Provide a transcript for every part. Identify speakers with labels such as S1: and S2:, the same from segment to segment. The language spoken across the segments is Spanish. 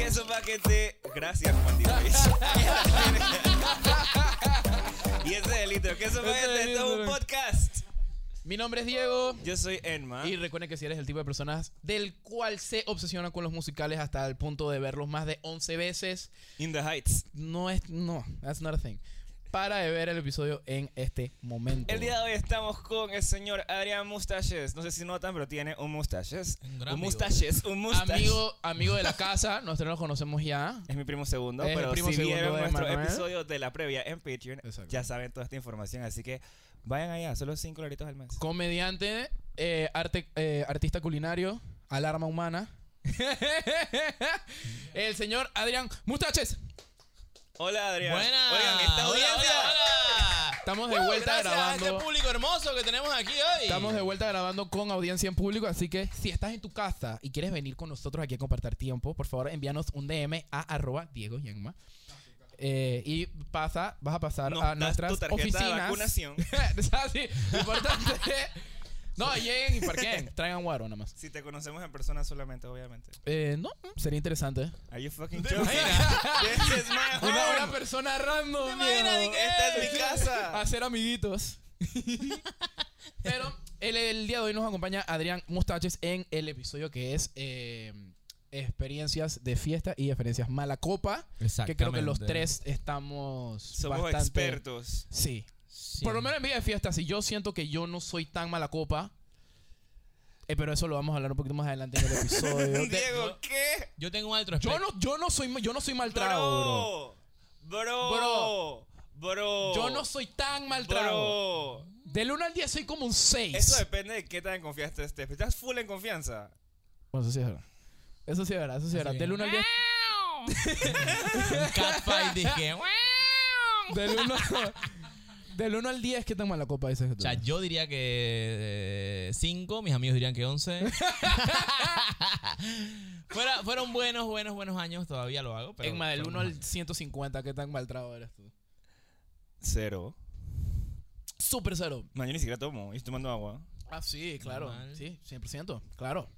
S1: eso para que te. Gracias, Juan Diego. y ese es el intro. Que eso para que
S2: Ese
S1: te.
S2: es el
S1: Esto es un
S2: intro.
S1: podcast.
S2: Mi nombre es Diego.
S1: Yo soy Enma.
S2: Y recuerden que si eres el tipo de personas del cual se obsesiona con los musicales hasta el punto de verlos más de 11 veces,
S1: In the Heights.
S2: no es. No, that's not a thing. Para de ver el episodio en este momento.
S1: El día de hoy estamos con el señor Adrián Mustaches. No sé si notan, pero tiene un mustaches.
S3: Un
S1: Un,
S3: gran amigo.
S1: mustaches, un mustache.
S2: amigo, amigo de la casa, nosotros nos conocemos ya.
S1: Es mi primo segundo,
S2: Es el
S1: pero
S2: primo
S1: si
S2: segundo
S1: vieron
S2: de
S1: nuestro
S2: Manuel.
S1: episodio de la previa en Patreon,
S2: Exacto.
S1: ya saben toda esta información. Así que vayan allá, solo 5 dolaritos al mes.
S2: Comediante, eh, arte, eh, artista culinario, alarma humana. el señor Adrián Mustaches.
S1: Hola, Adrián.
S3: Buena.
S1: Oigan, esta
S3: Hola,
S1: audiencia.
S3: hola, hola.
S2: Estamos de vuelta
S3: Gracias
S2: grabando.
S3: a este público hermoso que tenemos aquí hoy.
S2: Estamos de vuelta grabando con audiencia en público, así que si estás en tu casa y quieres venir con nosotros aquí a compartir tiempo, por favor envíanos un DM a arroba Diego Yanma. Eh, y pasa, vas a pasar
S1: Nos
S2: a
S1: das tu
S2: nuestras
S1: tarjeta de
S2: oficinas.
S1: vacunación.
S2: Es así, importante. no, lleguen y parquen. Traigan guaro nada más.
S1: Si te conocemos en persona solamente, obviamente.
S2: Eh, no, sería interesante.
S1: Are you fucking
S3: ¿Te
S1: joking?
S3: imaginas?
S1: This is my
S2: Una,
S1: home.
S2: una persona random.
S3: ¿Te imaginas
S2: viejo.
S3: de qué?
S1: Esta es mi casa.
S2: Hacer amiguitos. Pero el, el día de hoy nos acompaña Adrián Mustaches en el episodio que es eh, Experiencias de fiesta y experiencias mala copa. Que creo que los tres estamos.
S1: Somos
S2: bastante-
S1: expertos.
S2: Sí.
S3: Sí.
S2: Por lo menos en vida de fiesta, si yo siento que yo no soy tan mala copa. eh, pero eso lo vamos a hablar un poquito más adelante en el episodio. De-
S1: Diego, ¿qué?
S3: Yo tengo un alto respeto.
S2: yo no, yo no soy yo no soy mal trago, bro.
S1: Bro. Bro. Bro.
S2: Bro. Yo no soy tan mal trago.
S1: Bro.
S2: Del 1 al 10 soy como un 6.
S1: Eso depende de qué tan confiaste estés. ¿Estás full en confianza?
S2: Bueno, eso sí es verdad. Eso sí es verdad, eso sí es verdad.
S3: sí.
S2: Del 1 al 10.
S3: Un catfight dije. "Guau".
S2: Del 1 Del 1 al 10, ¿qué tan mala copa dices que
S3: O
S2: tú
S3: sea,
S2: eres?
S3: yo diría que 5, mis amigos dirían que 11. Fuera, fueron buenos, buenos, buenos años, todavía lo hago. Pero
S2: Egma, del
S3: fueron
S2: 1
S3: buenos
S2: al 150, ¿qué tan maltrado eres tú?
S1: Cero.
S2: Super cero.
S1: No, yo ni siquiera tomo. Yo estoy tomando agua.
S2: Ah, sí, claro.
S3: Normal.
S2: Sí, 100%. Claro.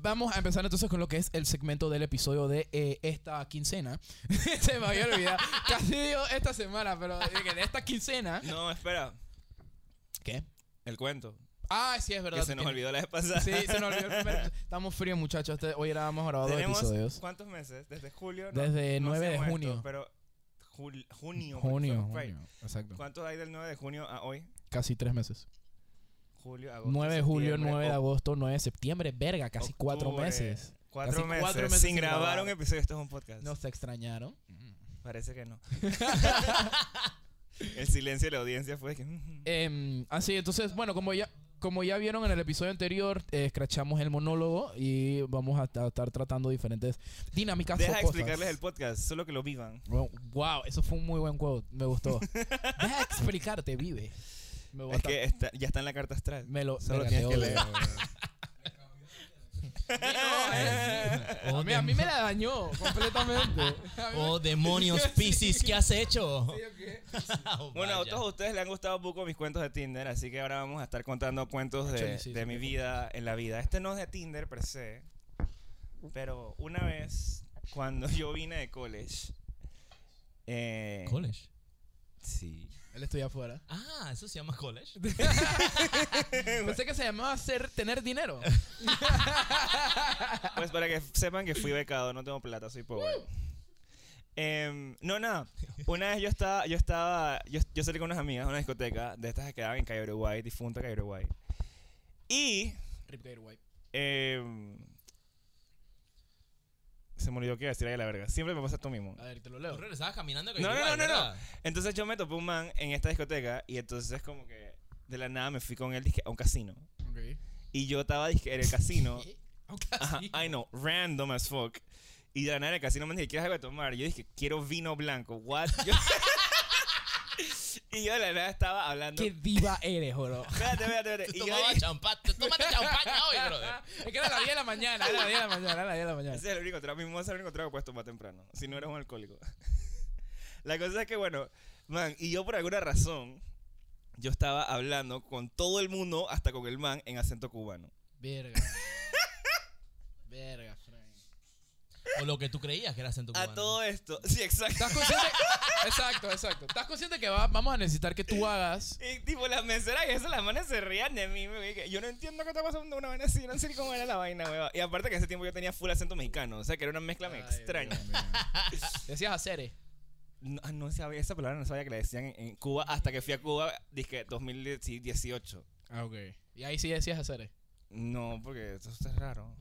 S2: Vamos a empezar entonces con lo que es el segmento del episodio de eh, esta quincena. Se me había olvidado. Casi digo esta semana, pero dije, de esta quincena.
S1: No, espera.
S2: ¿Qué?
S1: El cuento.
S2: Ah, sí, es verdad.
S1: que se nos
S2: tienes-
S1: olvidó la vez pasada.
S2: Sí, se nos olvidó. Pero Estamos fríos, muchachos. Este- hoy grabamos grabado dos
S1: Tenemos
S2: episodios.
S1: ¿Cuántos meses? Desde julio.
S2: Desde 9 de
S1: hacemos
S2: junio.
S1: pero jul- junio. porque
S2: Junio,
S1: fue-
S2: junio, Exacto.
S1: ¿Cuántos hay del 9 de junio a hoy?
S2: Casi tres meses.
S1: Julio, agosto.
S2: 9 de julio,
S1: septiembre, Oh,
S2: 9 de
S1: oc-
S2: agosto, 9 de septiembre. Verga, casi cuatro
S1: octubre.
S2: meses.
S1: Cuatro
S2: Casi
S1: meses.
S2: cuatro meses
S1: Sin
S2: sin
S1: grabar,
S2: grabar.
S1: un episodio. Esto es un podcast.
S2: Nos extrañaron.
S1: Parece que no. el silencio de la audiencia fue que. "Mm,
S2: Em, así, entonces, bueno, como ya, como ya vieron en el episodio anterior, eh, escrachamos el monólogo y vamos a, ta- estar tratando diferentes dinámicas.
S1: Deja
S2: o cosas.
S1: explicarles el podcast, solo que lo vivan.
S2: Wow, wow, eso fue un muy buen quote. Me gustó. Deja explicarte, vive. Me voy a
S1: Es
S2: ta-
S1: que está- ya está en la carta astral.
S2: me lo
S1: Solo
S2: verga,
S1: tienes
S2: te
S1: que
S2: odio.
S1: leer.
S3: años. Oh,
S2: A mí, a mí me la dañó completamente. A mí me-
S3: Oh, demonios, Pisces, ¿qué has hecho? Oh,
S1: Bueno, a
S3: vaya.
S1: todos ustedes les han gustado un poco mis cuentos de Tinder, así que ahora vamos a estar contando cuentos de,
S2: Actually, sí,
S1: de
S2: sí,
S1: mi
S2: sí.
S1: vida en la vida. Este no es de Tinder per se, pero una vez cuando yo vine de college. eh,
S3: College.
S1: Sí.
S2: Él estudia afuera.
S3: Ah, eso se llama college.
S2: Pensé que se llamaba ser tener dinero.
S1: Pues para que sepan que fui becado, no tengo plata, soy pobre. Em, no, nada. Una vez yo estaba, yo estaba, yo, yo salí con unas amigas a una discoteca de estas que quedaban en Calle Uruguay, difunta Calle Uruguay. Y
S2: Rip Gator White.
S1: em, se me olvidó que iba a decir ahí la verga. Siempre me pasa esto mismo.
S2: A ver, te lo
S3: Tú
S2: leo.
S3: regresabas caminando.
S1: No, no, no, no, no. Entonces yo me topé un man en esta discoteca y entonces como que de la nada me fui con él dizque, a un casino.
S2: Ok.
S1: Y yo estaba dizque, en el casino
S2: Aunque
S1: Ajá,
S2: así.
S1: I know, random as fuck. Y de la nada en el casino me dije, ¿quieres algo de tomar? Yo dije, quiero vino blanco. What? Yo- y yo de la nada estaba hablando.
S2: Qué diva eres, bro.
S1: Espérate, espérate, espérate.
S3: Tú
S1: Eh, Y yo
S3: tomabas
S1: dije,
S3: champán. Tú tomaste champaña hoy, brother.
S2: es que era la 10 de la mañana, era la 10 de la mañana, era la 10 de la mañana.
S1: ese es el único trago, mi moza es el único trago que puedes tomar temprano. Si no eres un alcohólico. la cosa es que, bueno, man, y yo por alguna razón, yo estaba hablando con todo el mundo, hasta con el man, en acento cubano.
S2: Verga. Verga, Frank.
S3: O lo que tú creías que era acento cubano.
S1: A todo esto. Sí, exacto.
S2: ¿Estás consciente? exacto, exacto. ¿Estás consciente que va- vamos a necesitar que tú hagas?
S1: Y tipo, las meseras y eso, las manes se rían de mí. me- que Yo no entiendo qué está pasando una vaina así. No sé ni cómo era la vaina, hueva. Y aparte que ese tiempo yo tenía full acento mexicano. O sea, que era una mezcla me
S2: Ay,
S1: extraña.
S2: Dios mío. Decías hacer, eh.
S1: No, ah, no sabía, esa palabra no sabía que le decían en, en Cuba hasta que fui a Cuba, dije 2018.
S2: Ah, ok. Y ahí sí decías hacer, eh.
S1: No, porque eso está raro.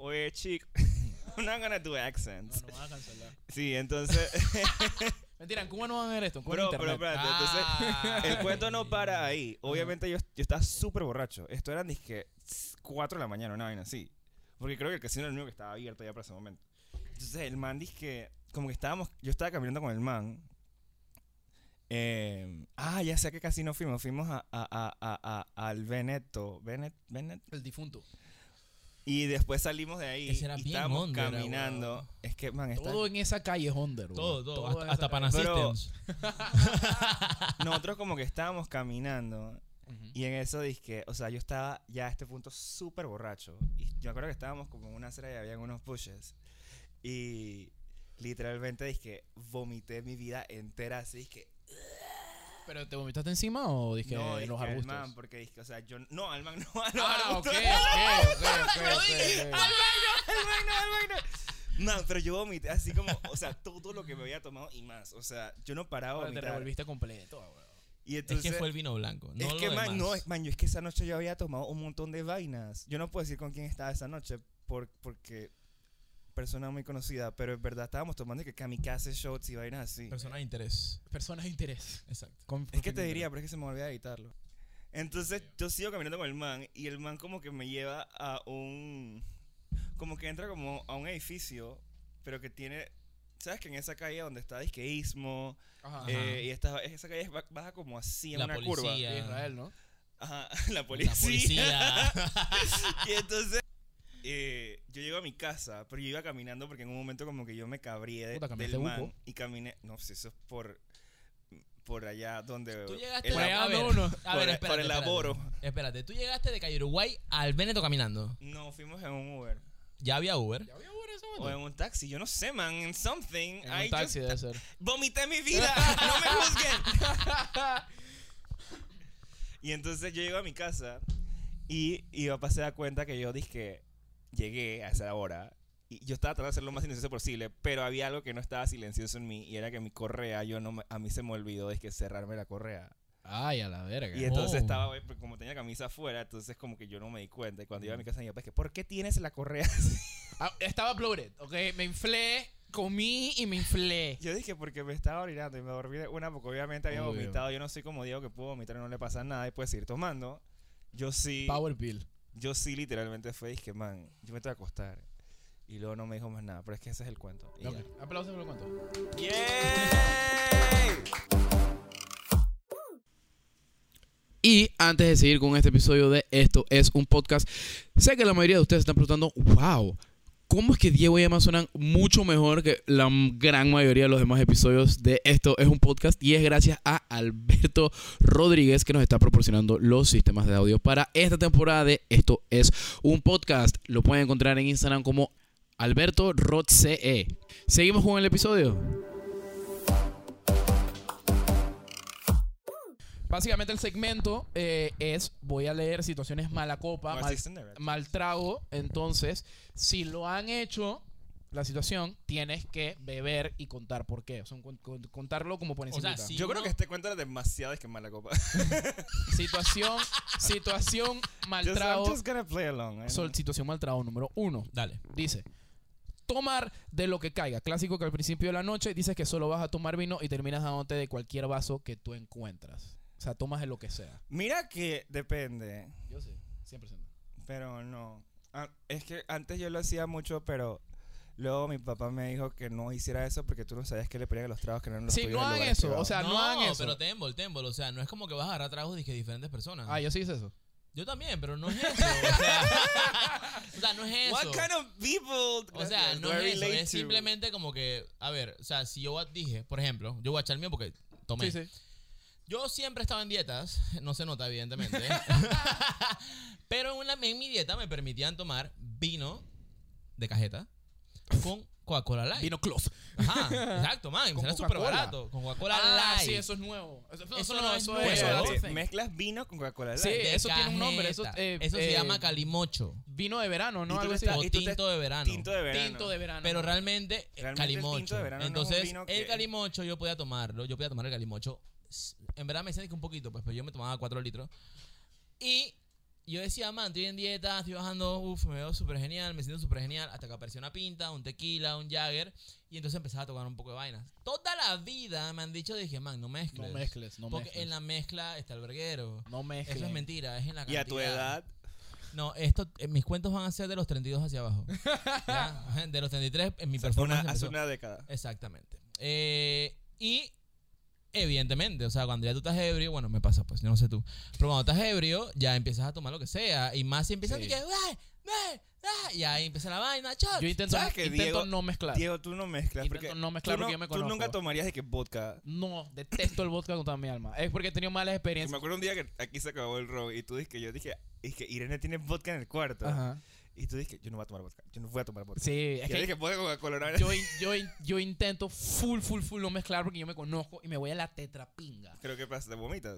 S1: Oye, chico. I'm not gonna do accents.
S2: No, no van a cancelar.
S1: Sí, entonces.
S2: Mentira, en Cuba no van a ver esto. En Cuba
S1: Bro,
S2: no hay
S1: pero
S2: internet.
S1: espérate,
S3: Ah.
S1: entonces el cuento no para ahí. Obviamente yo, yo estaba súper borracho. Esto eran, dizque 4 de la mañana, una vaina así. Porque creo que el casino era el único que estaba abierto ya para ese momento. Entonces el man, que como que estábamos, yo estaba caminando con el man. Eh, ah, ya sé a qué casino fuimos. Fuimos a, a- a- a- a- al Veneto. Venet, Venet.
S2: Ah, El difunto.
S1: Y después salimos de ahí.
S3: Ese era
S1: y
S3: bien
S1: estábamos
S3: onda, era,
S1: caminando.
S3: weón.
S1: Es que, man, está,
S2: Todo en esa calle es Honda, bro.
S3: Todo, todo.
S2: en
S3: hasta
S2: esa
S3: hasta
S2: calle.
S3: Panasystems.
S1: nosotros como que estábamos caminando
S2: Ujú.
S1: Y en eso dije, o sea, yo estaba ya a este punto súper borracho. Y yo me acuerdo que estábamos como en una acera y habían unos pushes. Y literalmente dije, vomité mi vida entera así. Dije,
S2: ¿Pero te vomitaste encima o dije
S1: no,
S2: en
S1: dizque
S2: los
S1: al
S2: arbustos?
S1: man, porque dije, o sea, yo no, al man no, al
S2: Ah, ok, ok,
S1: arbustos.
S2: ok, ok, ok.
S1: Al man no, al man no. Man, pero yo vomité así como, o sea, todo lo que me había tomado y más. O sea, yo no paraba de
S2: Ahora Te
S1: vomitar.
S2: revolviste completo, weón.
S1: Y
S3: Es
S1: entonces,
S3: que fue el vino blanco. No
S1: es que,
S3: lo
S1: man, no,
S3: demás.
S1: es- man, yo es que esa noche yo había tomado un montón de vainas. Yo no puedo decir con quién estaba esa noche por, porque persona muy conocida, pero en verdad estábamos tomando y que kamikaze shots y vainas así.
S3: Persona de interés.
S2: Personas de interés.
S3: Exacto.
S1: Es que te diría, pero es que se me olvidó editarlo. Entonces yo sigo caminando con el man y el man como que me lleva a un... Como que entra como a un edificio, pero que tiene... ¿Sabes que en esa calle donde está disqueísmo
S2: Ajá.
S3: Eh,
S1: y esta, esa calle va- baja como así en
S3: La
S1: una curva?
S3: policía.
S2: Israel, ¿no?
S1: Ajá,
S3: La policía.
S1: Y entonces eh, yo llego a mi casa, pero yo iba caminando porque en un momento como que yo me cabré de-
S2: Puta,
S1: del
S2: caminaste
S1: man
S2: buco.
S1: y caminé, no sé, eso es por por allá donde
S3: Tú
S1: el
S3: llegaste
S2: Por
S3: de-
S2: allá
S3: a ver,
S2: anda uno.
S3: A
S1: Por-
S3: ver,
S1: por
S3: espérate.
S1: el
S3: espérate.
S1: laboro.
S3: Espérate, tú llegaste de Calle Uruguay al Veneto caminando.
S1: No, fuimos en un Uber
S3: Ya había Uber.
S2: Ya había Uber en ese
S1: o en
S2: momento.
S1: un taxi, yo no sé, man, en something.
S2: En
S1: I
S2: un taxi
S1: just-
S2: debe ser.
S1: vomité mi vida, no me juzguen. Y entonces yo llego a mi casa y y papá se da cuenta que yo dije llegué a esa hora. Y yo estaba tratando de ser lo más silencioso posible, pero había algo que no estaba silencioso en mí y era que mi correa, yo no me- a mí se me olvidó es que cerrarme la correa.
S2: Ay, a la verga.
S1: Y entonces
S3: Oh.
S1: estaba, eh, como tenía camisa afuera, entonces como que yo no me di cuenta. Y cuando iba a mi casa, mi papá es que, ¿por qué tienes la correa así?
S2: Ah, estaba bloated, ok. Me inflé, comí y me inflé.
S1: Yo dije, porque me estaba orinando y me dormí de una, porque obviamente había
S2: Obvio.
S1: vomitado. Yo no soy como Diego, que puedo vomitar y no le pasa nada y puede seguir tomando. Yo sí,
S2: Power pill.
S1: yo sí literalmente fue, dije, man, yo me tengo que acostar. Y luego no me dijo más nada, pero es que ese es el cuento. Y
S2: Ok,
S1: ya.
S2: Aplausos por lo cuento. Y antes de seguir con este episodio de Esto es un podcast, sé que la mayoría de ustedes están preguntando, wow, ¿cómo es que Diego y Emma suenan mucho mejor que la m- gran mayoría de los demás episodios de Esto es un podcast? Y es gracias a Alberto Rodríguez que nos está proporcionando los sistemas de audio para esta temporada de Esto es un podcast. Lo pueden encontrar en Instagram como Alberto Rodce. Seguimos con el episodio. Básicamente el segmento eh, es voy a leer situaciones mala copa,
S1: No
S2: mal,
S1: existen de verdad.
S2: mal trago. Entonces, si lo han hecho la situación, tienes que beber y contar por qué. O sea, con- con- contarlo como por
S3: O
S2: encima.
S3: sea, sí.
S1: Yo creo
S3: no-
S1: que este cuento era demasiado es que mala copa.
S2: Situación, situación mal
S1: Just- I'm
S2: trago.
S1: just gonna play along. eh. I
S2: Sol-
S1: know.
S2: situación mal trago número uno.
S3: Dale.
S2: Dice, tomar de lo que caiga. Clásico que al principio de la noche dices que solo vas a tomar vino y terminas dándote de cualquier vaso que tú encuentras. O sea, tomas de lo que sea.
S1: Mira que depende,
S2: Yo sé, 100%.
S1: pero no. Ah, es que antes yo lo hacía mucho, pero luego mi papá me dijo que no hiciera eso porque tú no sabías que le ponían a los tragos que no eran los
S2: Sí,
S1: tuyos
S2: no
S1: en
S2: hagan
S1: lugares
S2: eso,
S1: privados.
S2: o sea, no hagan eso.
S3: pero tembol, tembol. O sea, no es como que vas a agarrar tragos de que diferentes personas.
S2: Ah, yo sí hice eso.
S3: Yo también, pero no es eso. O sea, o sea, no es
S1: What
S3: eso.
S1: kind of people?
S3: O sea,
S1: do
S3: no
S1: I
S3: es eso.
S1: relate
S3: Es
S1: to?
S3: simplemente como que, a ver, o sea, si yo dije, por ejemplo, yo voy a echar el mío porque tomé.
S2: Sí, sí.
S3: Yo siempre estaba en dietas, no se nota evidentemente, pero en, una- en mi dieta me permitían tomar vino de cajeta, con Coca-Cola Light.
S2: Vino close.
S3: Ajá, exacto, man.
S2: Con
S3: Será súper
S2: Coca-Cola.
S3: barato. Con Coca-Cola
S2: Ah,
S3: Light.
S2: sí, eso es nuevo. Eso, no, eso
S3: Eso no
S2: no,
S3: es
S2: eso
S3: nuevo.
S2: es.
S1: Eso,
S3: That's
S1: eh,
S2: fake.
S1: mezclas vino con Coca-Cola Light.
S2: Sí,
S3: De
S2: eso tiene un nombre, eso,
S3: cajeta.
S2: eh,
S3: se
S2: eh,
S3: llama calimocho.
S2: Vino de verano,
S1: Y
S2: ¿no?
S1: tú
S2: Algo
S1: le
S2: así.
S1: estás-
S3: o
S1: y tú te-
S3: tinto de verano.
S1: Tinto de verano.
S2: Tinto de verano.
S3: Pero realmente, eh,
S1: Realmente el tinto de
S3: calimocho.
S1: verano no es un
S3: Entonces,
S1: vino
S3: el
S1: que-
S3: calimocho yo podía tomarlo. Yo podía tomar el calimocho. S- En verdad me decían que un poquito, pues, pero yo me tomaba 4 litros. Y yo decía, man, estoy en dieta, estoy bajando, uff, me veo súper genial, me siento súper genial. Hasta que apareció una pinta, un tequila, un Jagger. Y entonces empezaba a tocar un poco de vainas. Toda la vida me han dicho, dije, man, no mezcles.
S2: No mezcles, no
S3: Porque
S2: mezcles.
S3: en la mezcla está el verguero.
S2: No mezcles.
S3: Eso es mentira, es en la
S1: Y a tu
S3: cantidad.
S1: edad,
S3: No, esto, eh, mis cuentos van a ser de los 32 hacia abajo. ¿Ya? De los 33, en mi
S1: o sea, fue una-
S3: performance.
S1: hace
S3: empezó.
S1: una década.
S3: Exactamente. Eh, y evidentemente, o sea, cuando ya tú estás ebrio, bueno, me pasa pues, yo no sé tú, pero cuando estás ebrio ya empiezas a tomar lo que sea y más si empiezas
S2: Sí.
S3: a que, "Ay, ay, ay", y ahí empieza la vaina, chao.
S2: Yo intento,
S1: ¿Sabes que
S2: intento
S1: Diego-
S2: no mezclar.
S1: Diego, tú no mezclas.
S2: Intento
S1: Porque
S2: no mezclar
S1: tú
S2: porque yo me
S1: Tú
S2: conozco.
S1: nunca tomarías de que vodka.
S2: No, detesto el vodka con toda mi alma. Es porque he tenido malas
S1: Que Me
S2: experiencias.
S1: acuerdo un día que aquí se acabó el ron y tú dices que yo dije, es que Irene tiene vodka en el cuarto.
S2: Ajá.
S1: Y tú dices, yo no voy a tomar vodka, yo no voy a tomar vodka.
S2: Sí,
S1: Y
S2: es
S1: yo
S2: que
S1: dije, vodka con Coca-Cola.
S2: yo, in- yo, in- yo intento full, full, full no mezclar porque yo me conozco y me voy a la tetrapinga.
S1: Creo que pasa, te vomitas.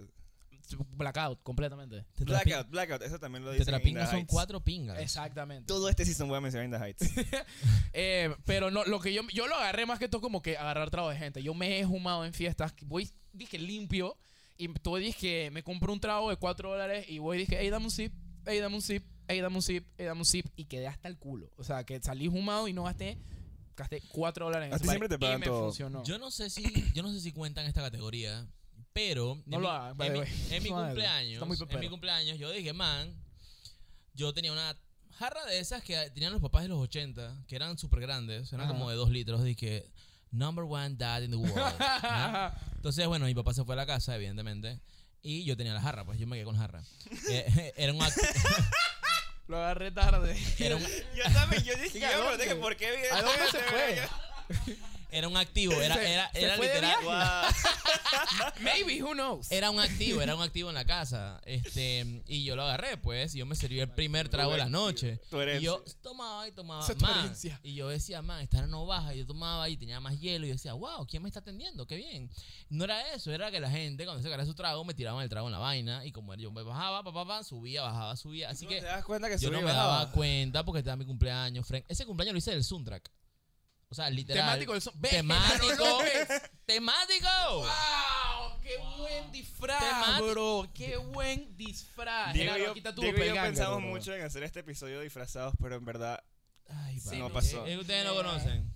S2: Blackout, completamente.
S3: Te
S1: Blackout, blackout, eso también lo dice.
S3: son cuatro pingas.
S2: Exactamente.
S1: Todo este season voy a mencionar In The Heights.
S2: Eh, pero no, lo que yo, yo lo agarré más que todo como que agarrar trago de gente. Yo me he jumado en fiestas, que voy, dije limpio, y todo dije, me compro un trago de 4 dólares y voy, dije, hey, dame un sip, hey, dame un sip, hey, dame un sip, hey, dame un sip, y quedé hasta el culo. O sea, que salí jumado y no gasté, gasté 4 dólares en
S1: A
S2: ese
S1: ti
S2: party
S1: siempre te
S2: y
S1: pagan
S2: me
S1: todo.
S2: funcionó.
S3: Yo no sé si yo no sé si cuentan esta categoría, pero
S2: No
S3: en
S2: lo
S3: mi-
S2: hagan, by
S3: en
S2: the
S3: mi,
S2: way.
S3: en mi
S2: No hagan.
S3: cumpleaños,
S2: Está muy
S3: en mi
S2: pepero.
S3: cumpleaños yo dije, "Man, yo tenía una jarra de esas que tenían los papás de los 80, que eran súper grandes, eran
S2: Ajá.
S3: como de 2 litros, dije, "Number one dad in the world." ¿ya? Entonces, bueno, mi papá se fue a la casa, evidentemente, y yo tenía la jarra, pues yo me quedé con la jarra. Eh, era un acto
S2: lo agarré tarde.
S3: era un,
S1: yo también, yo dije,
S2: ¿Y a
S1: yo me pregunté
S2: dónde?
S1: que por qué viene.
S2: ¿A dónde se fue?
S3: era un activo, era
S2: Se-
S3: era
S2: se
S3: era
S2: fue de
S3: literal
S2: viaje. Maybe, who knows.
S3: Era un activo, era un activo en la casa. Este, y yo lo agarré, pues. y yo me serví el primer trago de la noche.
S1: Tu herencia.
S3: Y yo tomaba y tomaba
S2: Esa es tu
S3: más.
S2: herencia.
S3: Y yo decía, man, esta no baja. Y yo tomaba y tenía más hielo. Y yo decía, wow, ¿quién me está atendiendo? Qué bien. No era eso, era que la gente, cuando se agarraba su trago, me tiraban el trago en la vaina. Y como yo me bajaba, papá, pa, pa, subía, bajaba, subía. Así
S1: No,
S3: que
S1: ¿Te das cuenta que
S3: yo
S1: subí
S3: no
S1: y
S3: me
S1: bajaba?
S3: daba cuenta porque estaba mi cumpleaños. Frank. Ese cumpleaños lo hice del Soundtrack. O sea, literal.
S2: Temático del son- Ve,
S3: Temático.
S2: hermano, no.
S3: Temático.
S2: ¡Wow! ¡Qué buen disfraz,
S3: Temático.
S2: bro! ¡Qué buen disfraz!
S1: Diego y
S2: Claro,
S1: yo,
S2: quita tu
S1: Diego y yo
S2: doppelganger,
S1: pensamos
S2: bro.
S1: mucho en hacer este episodio disfrazados, pero en verdad.
S3: Ay,
S1: Sí,
S3: papi.
S1: no pasó.
S3: Es que ustedes no conocen.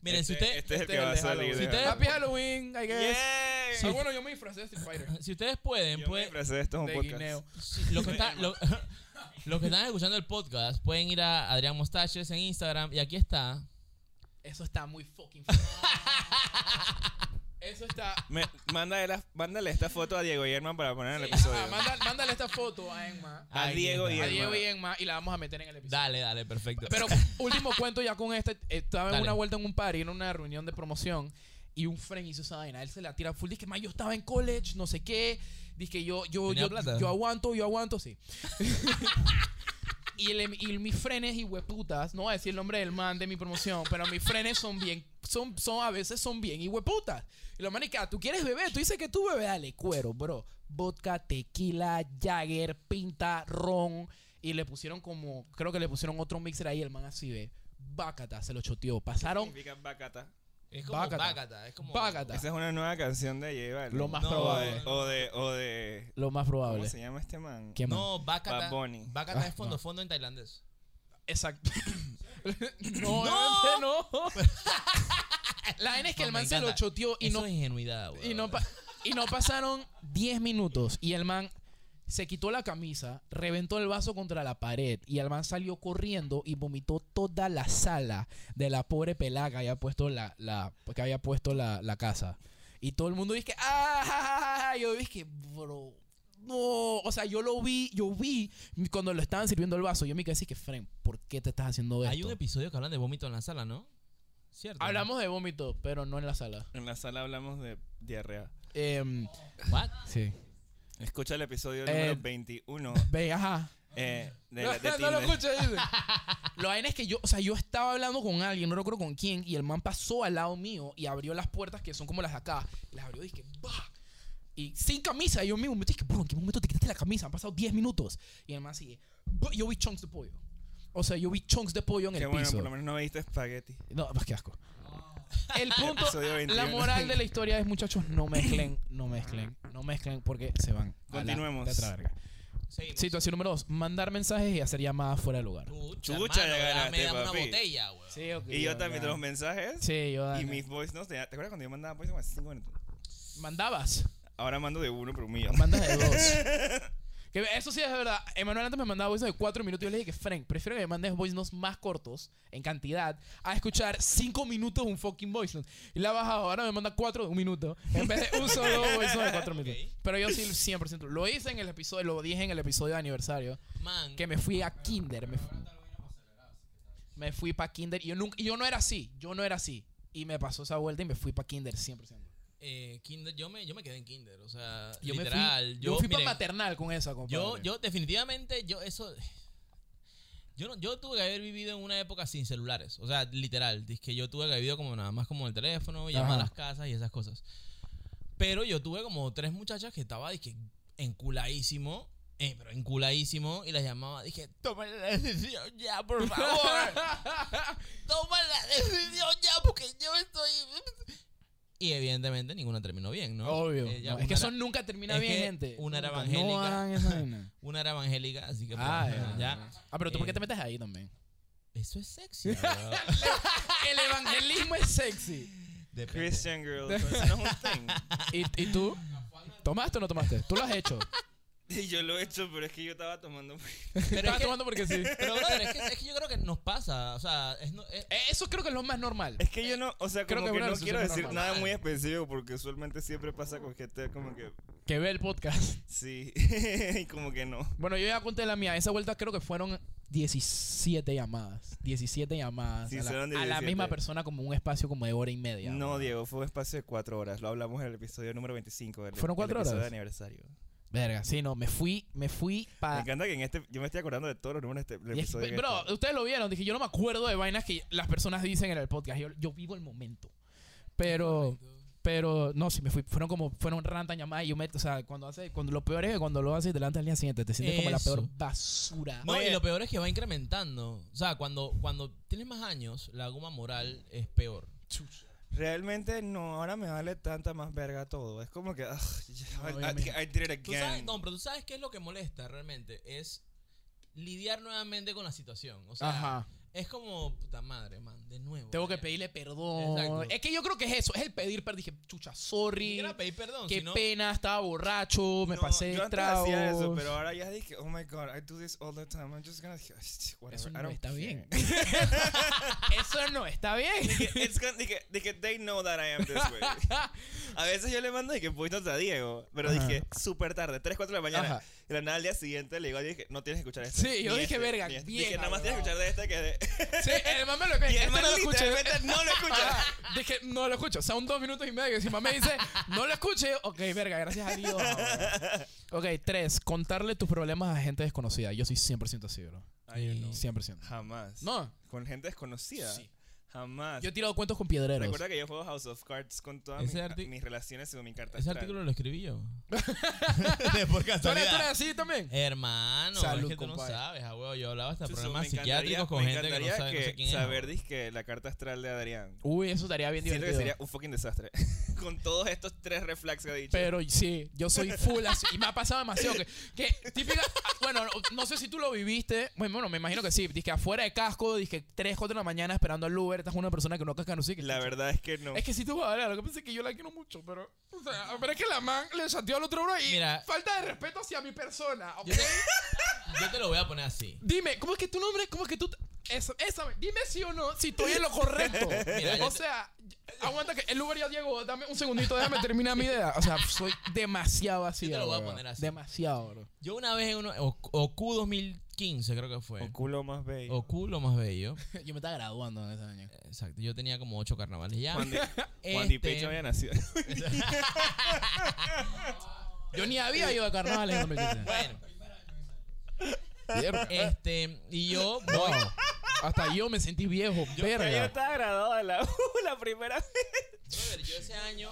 S3: Miren, si
S1: este-
S3: usted-
S1: Este es el que
S2: este es el
S1: va a
S2: de
S1: salir.
S2: Halloween.
S1: de
S3: Si ustedes-
S1: Halloween.
S2: Happy Halloween, I guess.
S1: ¡Yay!
S2: Ah, bueno, yo me disfracé de Street Fighter.
S3: si ustedes pueden,
S1: Yo me
S3: pueden
S1: disfracé de esto es un
S2: De guineo.
S1: podcast.
S3: si- los, que están- lo- los que están escuchando el podcast pueden ir a Adrián Mostaches en Instagram y aquí está.
S2: Eso está muy fucking feo. Eso está...
S1: Me- mándale, la- mándale esta foto a Diego y Herman para poner en el
S2: Sí,
S1: episodio.
S3: Ah,
S2: ajá, Ah, manda- mándale esta foto a Enma.
S1: A
S3: Ahí
S1: Diego
S3: está.
S1: y
S2: A
S1: Enma.
S2: Diego y Enma y la vamos a meter en el episodio.
S3: Dale, dale, perfecto.
S2: Pero último cuento ya con este. Estaba en
S3: Dale.
S2: una vuelta en un party, en una reunión de promoción. Y un friend hizo esa vaina. Él se la tira full. Dice, "Ma, yo estaba en college, no sé qué. Dice, yo, yo,
S3: ¿Tenía
S2: yo,
S3: plata?
S2: yo aguanto, yo aguanto, sí. y, el, em, y mis frenes y hueputas, no voy a decir el nombre del man de mi promoción, pero mis frenes son bien, son, son a veces son bien y hueputas. Y lo manica, tú quieres beber, tú dices que tú bebes, dale, cuero, bro. Vodka, tequila, Jagger, pinta, ron. Y le pusieron como, creo que le pusieron otro mixer ahí, el man así ve. Bácata, se lo choteó. Pasaron
S1: Significa bacata.
S3: es como
S2: Bácata.
S3: Bácata, es como
S2: Bácata.
S1: Esa es una nueva canción de J Balvin.
S2: Lo más
S1: No, eh,
S2: probable.
S1: O de, o de.
S2: lo más
S1: ¿Cómo
S2: probable.
S1: se llama este man?
S2: ¿Qué más?
S3: No, Bácata.
S1: Bad Bunny.
S3: Bácata
S2: Ah,
S3: es fondo
S2: no.
S3: fondo en tailandés.
S2: Exacto. no,
S3: No.
S2: obviamente no. La N es que
S3: No,
S2: el
S3: me
S2: man se lo
S3: encanta.
S2: choteó y
S3: Eso
S2: no
S3: es ingenuidad, güey.
S2: Y no, pa- y no pasaron 10 minutos. Y el man se quitó la camisa, reventó el vaso contra la pared. Y el man salió corriendo y vomitó toda la sala de la pobre pelada que había puesto la, la, que había puesto la, la casa. Y todo el mundo dice, ¡ah! ja, ja, ja". Yo dije, bro. No, o sea, yo lo vi, yo vi cuando lo estaban sirviendo el vaso. Yo me quedé así que, Fren, ¿por qué te estás haciendo esto?
S3: Hay un episodio que hablan de vómito en la sala, ¿no? ¿Cierto?
S2: Hablamos de vómito, pero no en la sala.
S1: En la sala hablamos de diarrea.
S2: Em,
S3: What?
S2: sí.
S1: Escucha el episodio
S2: Eh,
S1: número 21.
S2: Ve, ajá.
S1: eh, de,
S2: no,
S1: de
S2: no
S1: Tinder.
S2: lo escucho, dice. Lo vaina es que yo, o sea, yo estaba hablando con alguien, no recuerdo con quién, y el man pasó al lado mío y abrió las puertas que son como las de acá. Las abrió y dije, ¡bah! Y sin camisa, y yo mismo me dije, bro, ¿en qué momento te quitaste la camisa? Han pasado 10 minutos. Y el man sigue, "Bah", yo vi chunks de pollo. O sea, yo vi chunks de pollo en
S1: Qué
S2: el
S1: bueno,
S2: piso.
S1: por lo menos no veiste espagueti.
S2: No, pues qué asco. El punto,
S1: Episodio 21.
S2: la moral de la historia es, muchachos, no mezclen, no mezclen, no mezclen porque se van. a la
S1: Continuemos.
S2: tetra verga.
S3: Seguimos.
S2: Situación número dos, mandar mensajes y hacer llamadas fuera de lugar.
S1: Chucha, ya
S3: hermano,
S1: ganaste,
S3: dame una
S1: papi.
S3: botella, weón.
S2: Sí, ok,
S1: Y yo también tengo los
S2: ya.
S1: mensajes.
S2: Sí, yo
S1: Y
S2: dale.
S1: mis voice notes. ¿Te te acuerdas cuando yo mandaba voice notes? Cinco minutos.
S2: Mandabas.
S1: Ahora mando de uno por un millón.
S2: Mandas de dos. Que eso sí es verdad. Emanuel antes me mandaba voice notes de cuatro minutos. Y yo le dije que, Frank, prefiero que me mandes voice notes más cortos en cantidad a escuchar cinco minutos un fucking voice note. Y la ha bajado. Ahora me manda cuatro de un minuto en vez de un solo voice note de cuatro minutos.
S3: Ok.
S2: Pero yo sí, 100%. Lo hice en el episodio, lo dije en el episodio de aniversario.
S3: Man.
S2: que me fui a kinder. Me, fu- me fui para kinder. Y yo, nunca, y yo no era así. Yo no era así. Y me pasó esa vuelta y me fui para kinder 100%.
S3: eh, kinder, yo me, yo me quedé en kinder, o sea,
S2: Yo
S3: literal.
S2: me fui,
S3: yo,
S2: yo fui para
S3: miren,
S2: maternal con esa, compadre.
S3: Yo, yo definitivamente, yo eso... Yo, no, yo tuve que haber vivido en una época sin celulares, o sea, literal. Es que yo tuve que haber vivido como nada más como el teléfono, llamar a
S2: Ajá.
S3: las casas y esas cosas. Pero yo tuve como tres muchachas que estaba, dije, enculadísimo, eh, pero enculadísimo, y las llamaba, dije, toma la decisión ya, por
S2: Ah,
S3: favor. toma la decisión ya porque yo estoy... Y evidentemente ninguna terminó bien, ¿no?
S2: Obvio.
S3: Ella-
S2: no, es
S3: Eh, una
S2: que eso
S3: era-
S2: nunca termina
S3: es
S2: bien,
S3: que
S2: gente.
S3: una era
S2: Nunca.
S3: evangélica.
S2: No hagan esa vaina.
S3: una era evangélica, así que... pues,
S2: Ah,
S3: bueno,
S2: ya,
S3: ya.
S2: Ah, pero tú, ¿por
S3: Eh.
S2: qué te metes ahí también?
S3: Eso es sexy. bro.
S2: El evangelismo es sexy.
S3: Depende.
S1: Christian Girl. pero Eso no es un
S2: ¿Y, y tú? ¿Tomaste o no tomaste? Tú lo has hecho.
S1: thing. Yo lo he hecho, pero es que yo estaba tomando.
S2: Estaba
S3: que-
S2: tomando porque sí.
S3: Pero, brother, es que, es que yo creo que nos pasa. O sea, es, no- es-
S2: Eh, Eso creo que es lo más normal.
S1: Es que yo no, o sea,
S2: Creo
S1: como
S2: que
S1: que,
S2: una
S1: no
S2: relación
S1: quiero
S2: es
S1: decir
S2: normal.
S1: nada muy específico porque usualmente siempre pasa con gente como que
S2: Que ve el podcast.
S1: sí y como que no.
S2: Bueno, yo ya conté la mía. Esa vuelta creo que fueron 17 llamadas. 17 llamadas.
S1: Sí,
S2: a, la,
S1: fueron
S2: a la
S1: 17.
S2: misma persona como un espacio como de hora y media.
S1: No,
S2: weón.
S1: Diego, fue un espacio de cuatro horas. Lo hablamos en el episodio número 25. Del, del
S2: ¿Fueron cuatro
S1: episodio
S2: horas?
S1: de aniversario.
S2: Verga, sí, no. Me fui, me fui
S1: Me
S2: para...
S1: encanta que en este, yo me estoy acordando de todos los números de este del episodio. que
S2: Bro, uh.
S1: está.
S2: ustedes lo vieron. Dije, yo no me acuerdo de vainas que las personas dicen en el podcast. Yo, yo vivo el momento. Pero... Pero no, sí, me fui. Fueron como, fueron rantan llamadas y yo me, o sea, cuando hace, cuando lo peor es que cuando lo haces delante del día siguiente, te sientes como la
S3: Eso.
S2: peor basura.
S3: No, y
S1: Oye.
S3: lo peor es que va incrementando. O sea, cuando, cuando tienes más años, la goma moral es peor.
S1: realmente no, ahora me vale tanta más verga todo. Es como que, ah, ya, I-
S2: obviamente.
S1: I, I did it
S3: ¿Tú sabes,
S1: again.
S3: no, pero tú sabes qué es lo que molesta realmente. Es lidiar nuevamente con la situación. O sea,
S2: Ajá.
S3: es como, puta madre, man, de nuevo.
S2: Tengo que
S3: Ya.
S2: pedirle perdón.
S3: Exacto.
S2: Es que yo creo que es eso. Es el pedir perdón. Dije, chucha,
S3: Ni
S2: sorry.
S3: siquiera pedir perdón,
S2: Qué
S3: sino-
S2: pena, estaba borracho, me
S1: No,
S2: pasé
S1: yo
S2: el
S1: antes
S2: trago.
S1: hacía eso, pero ahora ya dije, oh my god, I do this all the time. I'm just gonna whatever.
S2: Eso
S1: I
S2: no
S1: don't
S2: está
S1: care.
S2: bien. eso no está bien.
S1: Dije, "It's gonna- dije, dije, they know that I am this way. a veces yo le mando dije, voy a Diego, pero
S2: Ajá.
S1: dije, súper tarde, 3, 4 de la mañana.
S2: Ajá.
S1: Y la nada al día siguiente le digo, dije, no tienes que escuchar esto.
S2: Sí, yo
S1: ni
S2: dije,
S1: este,
S2: verga,
S1: ni este".
S2: bien,
S1: Dije, nada más tienes que escuchar
S2: cabrón.
S1: de este que de...
S2: Sí, el man me lo
S1: y
S2: escucha.
S1: el
S2: Este
S1: man
S2: no lo escuché.
S1: literalmente no lo escucha.
S2: Ajá. Dije, no lo escucho. O sea, un dos minutos y medio. Y Si mamá me dice, no lo escuché. Ok, verga, gracias a Dios. ahora. ok, tres, contarle tus problemas a gente desconocida. Yo soy 100% así, bro.
S1: Ay, yo no.
S2: 100%.
S1: Jamás.
S2: No.
S1: Con gente desconocida.
S2: Sí.
S1: Jamás.
S2: Yo he tirado cuentos con piedreros.
S1: Recuerda que yo juego House of Cards con todas mis,
S3: Ese arti-
S1: mis relaciones según mi carta
S3: Ese
S1: astral.
S3: artículo lo escribí yo. de por
S2: ¿Tú eres, tú eres
S3: casualidad.
S2: así
S1: Eh.
S2: también?
S3: Hermano,
S2: Salud,
S3: es que tú no
S2: compadre.
S3: sabes, ah, huevo, Yo hablaba hasta de
S1: Chuzo,
S3: problemas
S1: me encantaría-
S3: psiquiátricos con
S1: me
S3: gente que no
S1: encantaría
S3: sabe, no sé
S1: que
S3: quién es.
S1: saber,
S3: huevo.
S1: dizque, la carta astral de Adrián.
S2: Uy, eso estaría bien
S1: Siento que
S2: divertido.
S1: sería un fucking desastre. con todos estos tres reflex que ha dicho.
S2: Pero sí, yo soy full así. Y me ha pasado demasiado. Que, que típica. Bueno, no, no sé si tú lo viviste. Bueno, bueno, me imagino que sí. Dije afuera de casco, dije 3, 4 de la mañana esperando al Uber. Estás una persona que no casca, no sé qué.
S1: La verdad es que no.
S2: Es que sí te voy a hablar. Lo que pasa es que yo la quiero mucho, pero. O sea, pero es que la man le chateó al otro bro y.
S3: Mira.
S2: Falta de respeto hacia mi persona. ¿ok?
S3: Yo te, yo te lo voy a poner así.
S2: Dime, ¿cómo es que tu nombre? ¿Cómo es que tú.? t- Eso, esa, dime sí o no, si estoy en lo correcto.
S3: Mira, yo
S2: o
S3: te-
S2: sea, aguanta que el Uber ya llegó. Dame un segundito, déjame terminar mi idea. O sea, soy demasiado así.
S3: Yo te lo voy a
S2: bro.
S3: poner así.
S2: Demasiado, bro.
S3: Yo una vez en uno, OQ 2015 creo que fue.
S1: culo más bello.
S3: OQ lo más bello.
S2: Yo me estaba graduando en ese año.
S3: Exacto, yo tenía como ocho carnavales ya.
S1: Juan de, Juan de
S3: Este,
S1: Pecho había nacido.
S2: Yo ni había ido a carnaval en 2015.
S3: Bueno.
S2: Mierda.
S3: Este, y yo
S2: No. Hasta yo me sentí viejo,
S1: Pero yo
S2: verga.
S1: estaba graduado de la U la primera vez.
S3: Brother, yo ese año,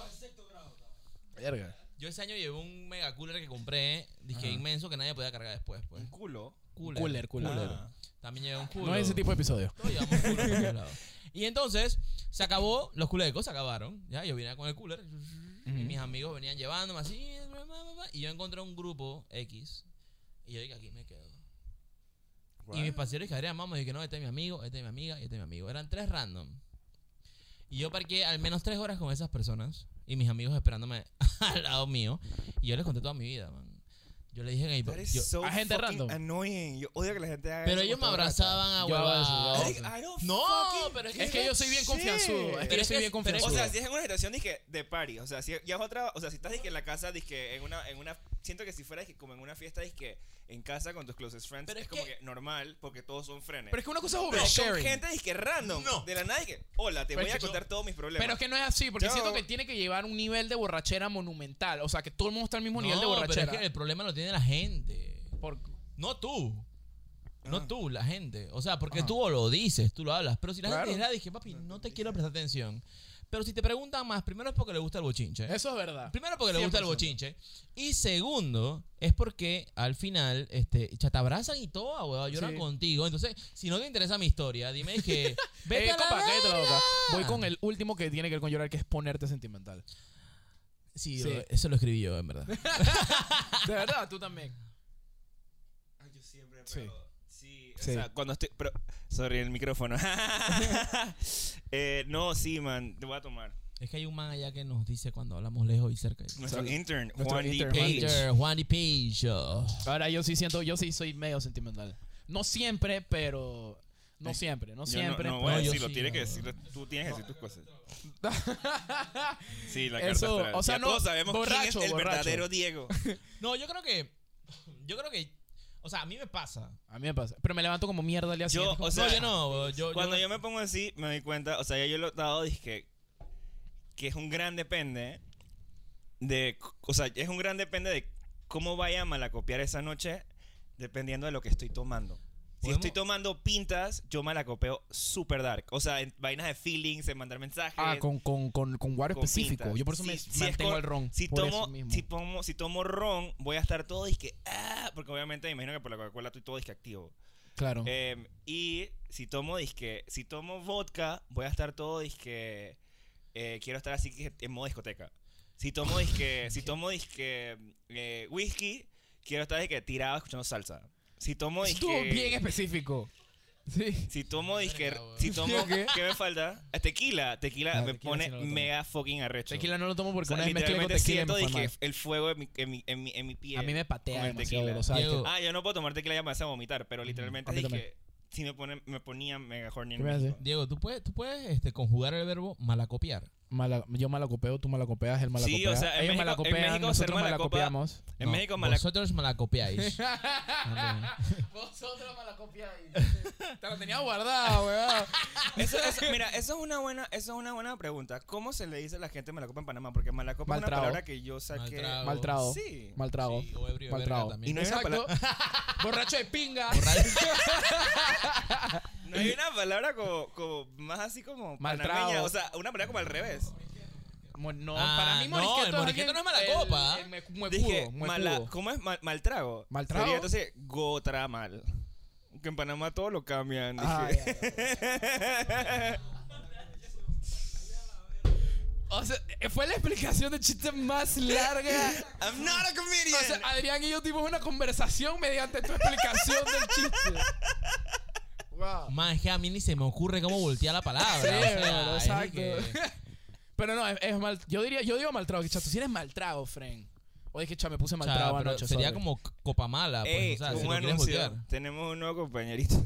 S2: Verga.
S3: yo ese año llevé un mega cooler que compré, dije inmenso que nadie podía cargar después, pues.
S1: culo.
S3: Cooler.
S2: Cooler, cooler.
S1: Ah.
S3: También llevé un cooler.
S2: No es ese tipo de episodio.
S3: Todos llevamos cooler por todos lados. Y entonces se acabó, los culecos se acabaron. Ya, yo vine con el cooler y mis amigos venían llevándome así. bla, bla, bla, bla, Y yo encontré un grupo X y yo dije, aquí me quedo. Y mis paseros que habrían mamá, dije, no, este es mi amigo, este es mi amiga y este es mi amigo. Eran tres random. Y yo parqué al menos tres horas con esas personas y mis amigos esperándome al lado mío. Y yo les conté toda mi vida, man. Yo les dije que mi
S1: That
S3: papá.
S1: is
S3: yo-
S1: so
S2: a gente
S1: fucking
S2: random.
S1: annoying. Yo odio que la gente haga
S3: pero
S1: eso
S3: ellos me
S1: cuando está
S3: abrazaban a
S2: Yo hago eso, yo hago
S3: huevadas.
S1: borracha. Like, I don't
S3: No,
S1: fucking
S3: pero es
S1: give
S2: Es que
S1: a
S2: yo soy bien
S1: shit.
S2: confianzudo. Es que
S3: Pero
S2: yo
S3: es
S2: soy
S3: que-
S2: bien
S3: pero
S1: O
S2: confianzudo.
S1: sea, si es en una situación dije, de party, o sea, si ya es otra, o sea, si estás dije, en la casa, dije, en una, en una, siento que si fueras dije, como en una fiesta, dije, en casa con tus closest friends,
S3: Pero
S1: es,
S3: es
S1: como
S3: que-
S1: que normal, porque todos son frenes.
S2: Pero es que una cosa es
S1: Pero con
S2: oversharing.
S1: gente dije, random,
S3: No.
S1: de la nada dije, hola, te
S2: Pero
S1: voy
S2: es
S1: a
S2: que
S1: contar todos mis problemas.
S2: Pero es que no es así, porque
S1: Yo-
S2: siento que tiene que llevar un nivel de borrachera monumental. O sea, que todo el mundo está al mismo
S3: No,
S2: nivel de borrachera.
S3: Pero es que el problema lo tiene la gente.
S2: Por-
S3: No tú. No
S1: Ah.
S3: tú, la gente. O sea, porque
S2: Ajá.
S3: tú lo dices, tú lo hablas. Pero si la
S2: Claro.
S3: gente es la dije, papi, no te quiero prestar atención. Pero si te preguntan más, primero es porque le gusta el bochinche. ¿eh?
S2: Eso es verdad.
S3: Primero porque le gusta el
S2: 100%.
S3: bochinche. Y segundo, es porque al final, este, cha, te abrazan y todo, weón, lloran
S2: Sí.
S3: contigo. Entonces, si no te interesa mi historia, dime que. Vete
S2: Eh,
S3: a la
S2: compa, cállate la
S3: verga.
S2: boca. Voy con el último que tiene que ver con llorar, que es ponerte sentimental.
S3: Sí,
S2: Sí.
S3: eso lo escribí yo, en verdad.
S2: De verdad, tú también.
S1: Ay, yo siempre,
S2: Sí.
S1: pero sí, o
S2: Sí.
S1: sea, cuando estoy, pero, sorry, el micrófono. eh, no, sí, man, te voy a tomar.
S3: Es que hay un man allá que nos dice cuando hablamos lejos y cerca.
S1: Nuestro
S2: Salud.
S1: intern,
S2: Nuestro
S1: Juan D.
S2: intern, Juan
S1: Page.
S3: Peter, Juan y Page. oh.
S2: Ahora yo sí siento, yo sí soy medio sentimental. No siempre, pero. No
S1: Ay,
S2: siempre, no
S1: Yo no-
S2: siempre.
S1: No,
S2: pero-
S1: voy a
S3: No, yo
S1: decirlo,
S3: sí,
S1: tiene
S3: no.
S1: que decirlo, tú tienes que decir tus cosas. Sí, la carta
S2: Eso,
S1: astral.
S2: o sea,
S1: Ya
S2: no,
S1: todos sabemos quién
S2: borracho,
S1: es el
S2: borracho.
S1: verdadero Diego.
S3: No, yo creo que. Yo creo que. O sea, a mí me pasa.
S2: A mí me pasa. Pero me levanto como mierda al día
S1: Yo,
S2: siguiente. como-
S1: O sea,
S3: no, yo no. weón, Yo,
S1: Cuando yo me pongo así, me doy cuenta, o sea, ya yo lo he dado, dije que es un gran depende de, o sea, es un gran depende de cómo vaya a malacopiar esa noche, dependiendo de lo que estoy tomando. Si
S3: Podemos-
S1: estoy tomando pintas, yo malacopeo super dark. O sea, en vainas de feelings, en mandar mensajes.
S2: Ah, con, con, con, con guaro
S1: con
S2: específico.
S1: pintas.
S2: Yo por eso
S1: Si-
S2: me
S1: si es
S2: mantengo
S1: con-
S2: el ron.
S1: Si
S2: por eso
S1: tomo,
S2: mismo.
S1: si, tomo, si tomo ron, voy a estar todo disque. Ah, porque obviamente me imagino que por la Coca-Cola estoy todo disque activo.
S2: claro.
S1: Em, y si tomo disque, si tomo vodka, voy a estar todo disque. eh, quiero estar así que en modo discoteca. Si tomo disque, si tomo disque eh, whisky, quiero estar disque tirado escuchando salsa. Si tomo disque.
S2: Estuvo bien específico. Sí.
S1: Si tomo disque,
S3: weón.
S1: si tomo,
S2: ¿Qué?
S1: ¿qué? me falta? Eh, Tequila, tequila
S2: Ah,
S1: me
S2: tequila
S1: pone
S2: sí no lo tomo.
S1: mega fucking arrecho.
S2: Tequila no lo tomo
S1: O
S2: porque
S1: sea,
S2: una vez mezclé con
S1: literalmente
S2: tequila y me
S1: siento
S2: fue
S1: dije,
S2: mal.
S1: el fuego en mi, en mi, en mi, en mi pie.
S2: A mí me patea
S1: con el
S2: demasiado,
S1: tequila.
S2: bro, ¿sabes?
S3: Diego,
S2: Que-
S1: Ah, yo no puedo tomar tequila, ya me hace vomitar, pero literalmente
S2: a mí
S1: dije, sí me, pone, me ponía mega horny en
S2: ¿Qué me hace?
S1: México.
S3: Diego, tú puedes, tú puedes este, conjugar el verbo malacopiar.
S2: mala- yo malacopeo, tú malacopeas, él malacopea.
S1: Sí, o sea, en
S2: Ellos
S1: México- en
S2: malacopean,
S1: México ser
S2: nosotros
S1: malacopa-
S2: malacopeamos.
S1: En
S3: No,
S1: México mala-
S3: Vosotros malacopiáis.
S2: Vosotros malacopiáis. Te lo tenía guardado, weón.
S1: Eso, eso- mira, eso es una buena, eso es una buena pregunta. ¿Cómo se le dice a la gente malacopa en Panamá? Porque malacopa es una
S2: Maltrago.
S1: palabra que yo saqué.
S3: Maltrago.
S2: Mal trago.
S1: Sí.
S2: Mal trago.
S3: Sí, o ebrio de
S2: Mal
S3: verga
S2: trago.
S3: también.
S1: Y no es una
S2: Exacto. Borracho de pinga.
S1: No hay una palabra como, como más así como
S2: Maltrago.
S1: panameña, o sea, una palabra como al revés.
S2: Mo- No,
S3: Ah,
S2: para mí
S3: no, el moriqueto
S2: alguien-
S3: no es malacopa.
S2: el- el me- muecudo,
S1: Dije,
S2: muecudo.
S1: mala, ¿cómo es mal, maltrago?
S2: ¿Maltrago?
S1: Sería entonces gotramal. Que en Panamá todo lo cambian. Dije.
S2: Ah, ya, ya, ya. O sea, eh, fue la explicación de chiste más larga.
S1: I'm not a comedian.
S2: O sea,
S3: ah,
S2: Adrián y yo tuvimos una conversación mediante tu explicación del chiste. Wow.
S3: Man, es que a mí ni se me ocurre cómo voltear la palabra.
S2: Sí,
S3: o sea,
S2: bro,
S3: es
S2: exacto.
S3: que-
S2: Pero no, es, es mal. Yo diría, yo digo mal trago. Que, cha, tú sí eres mal trago, Fren. O es que cha, me puse
S3: o
S2: mal
S3: sea,
S2: trago
S3: pero
S2: anoche.
S3: sería
S2: sorry.
S3: como c- copa mala. Pues,
S1: Ey,
S3: o sea, si
S1: un
S3: lo quieres
S1: anuncio.
S3: voltear.
S1: Tenemos un nuevo compañerito.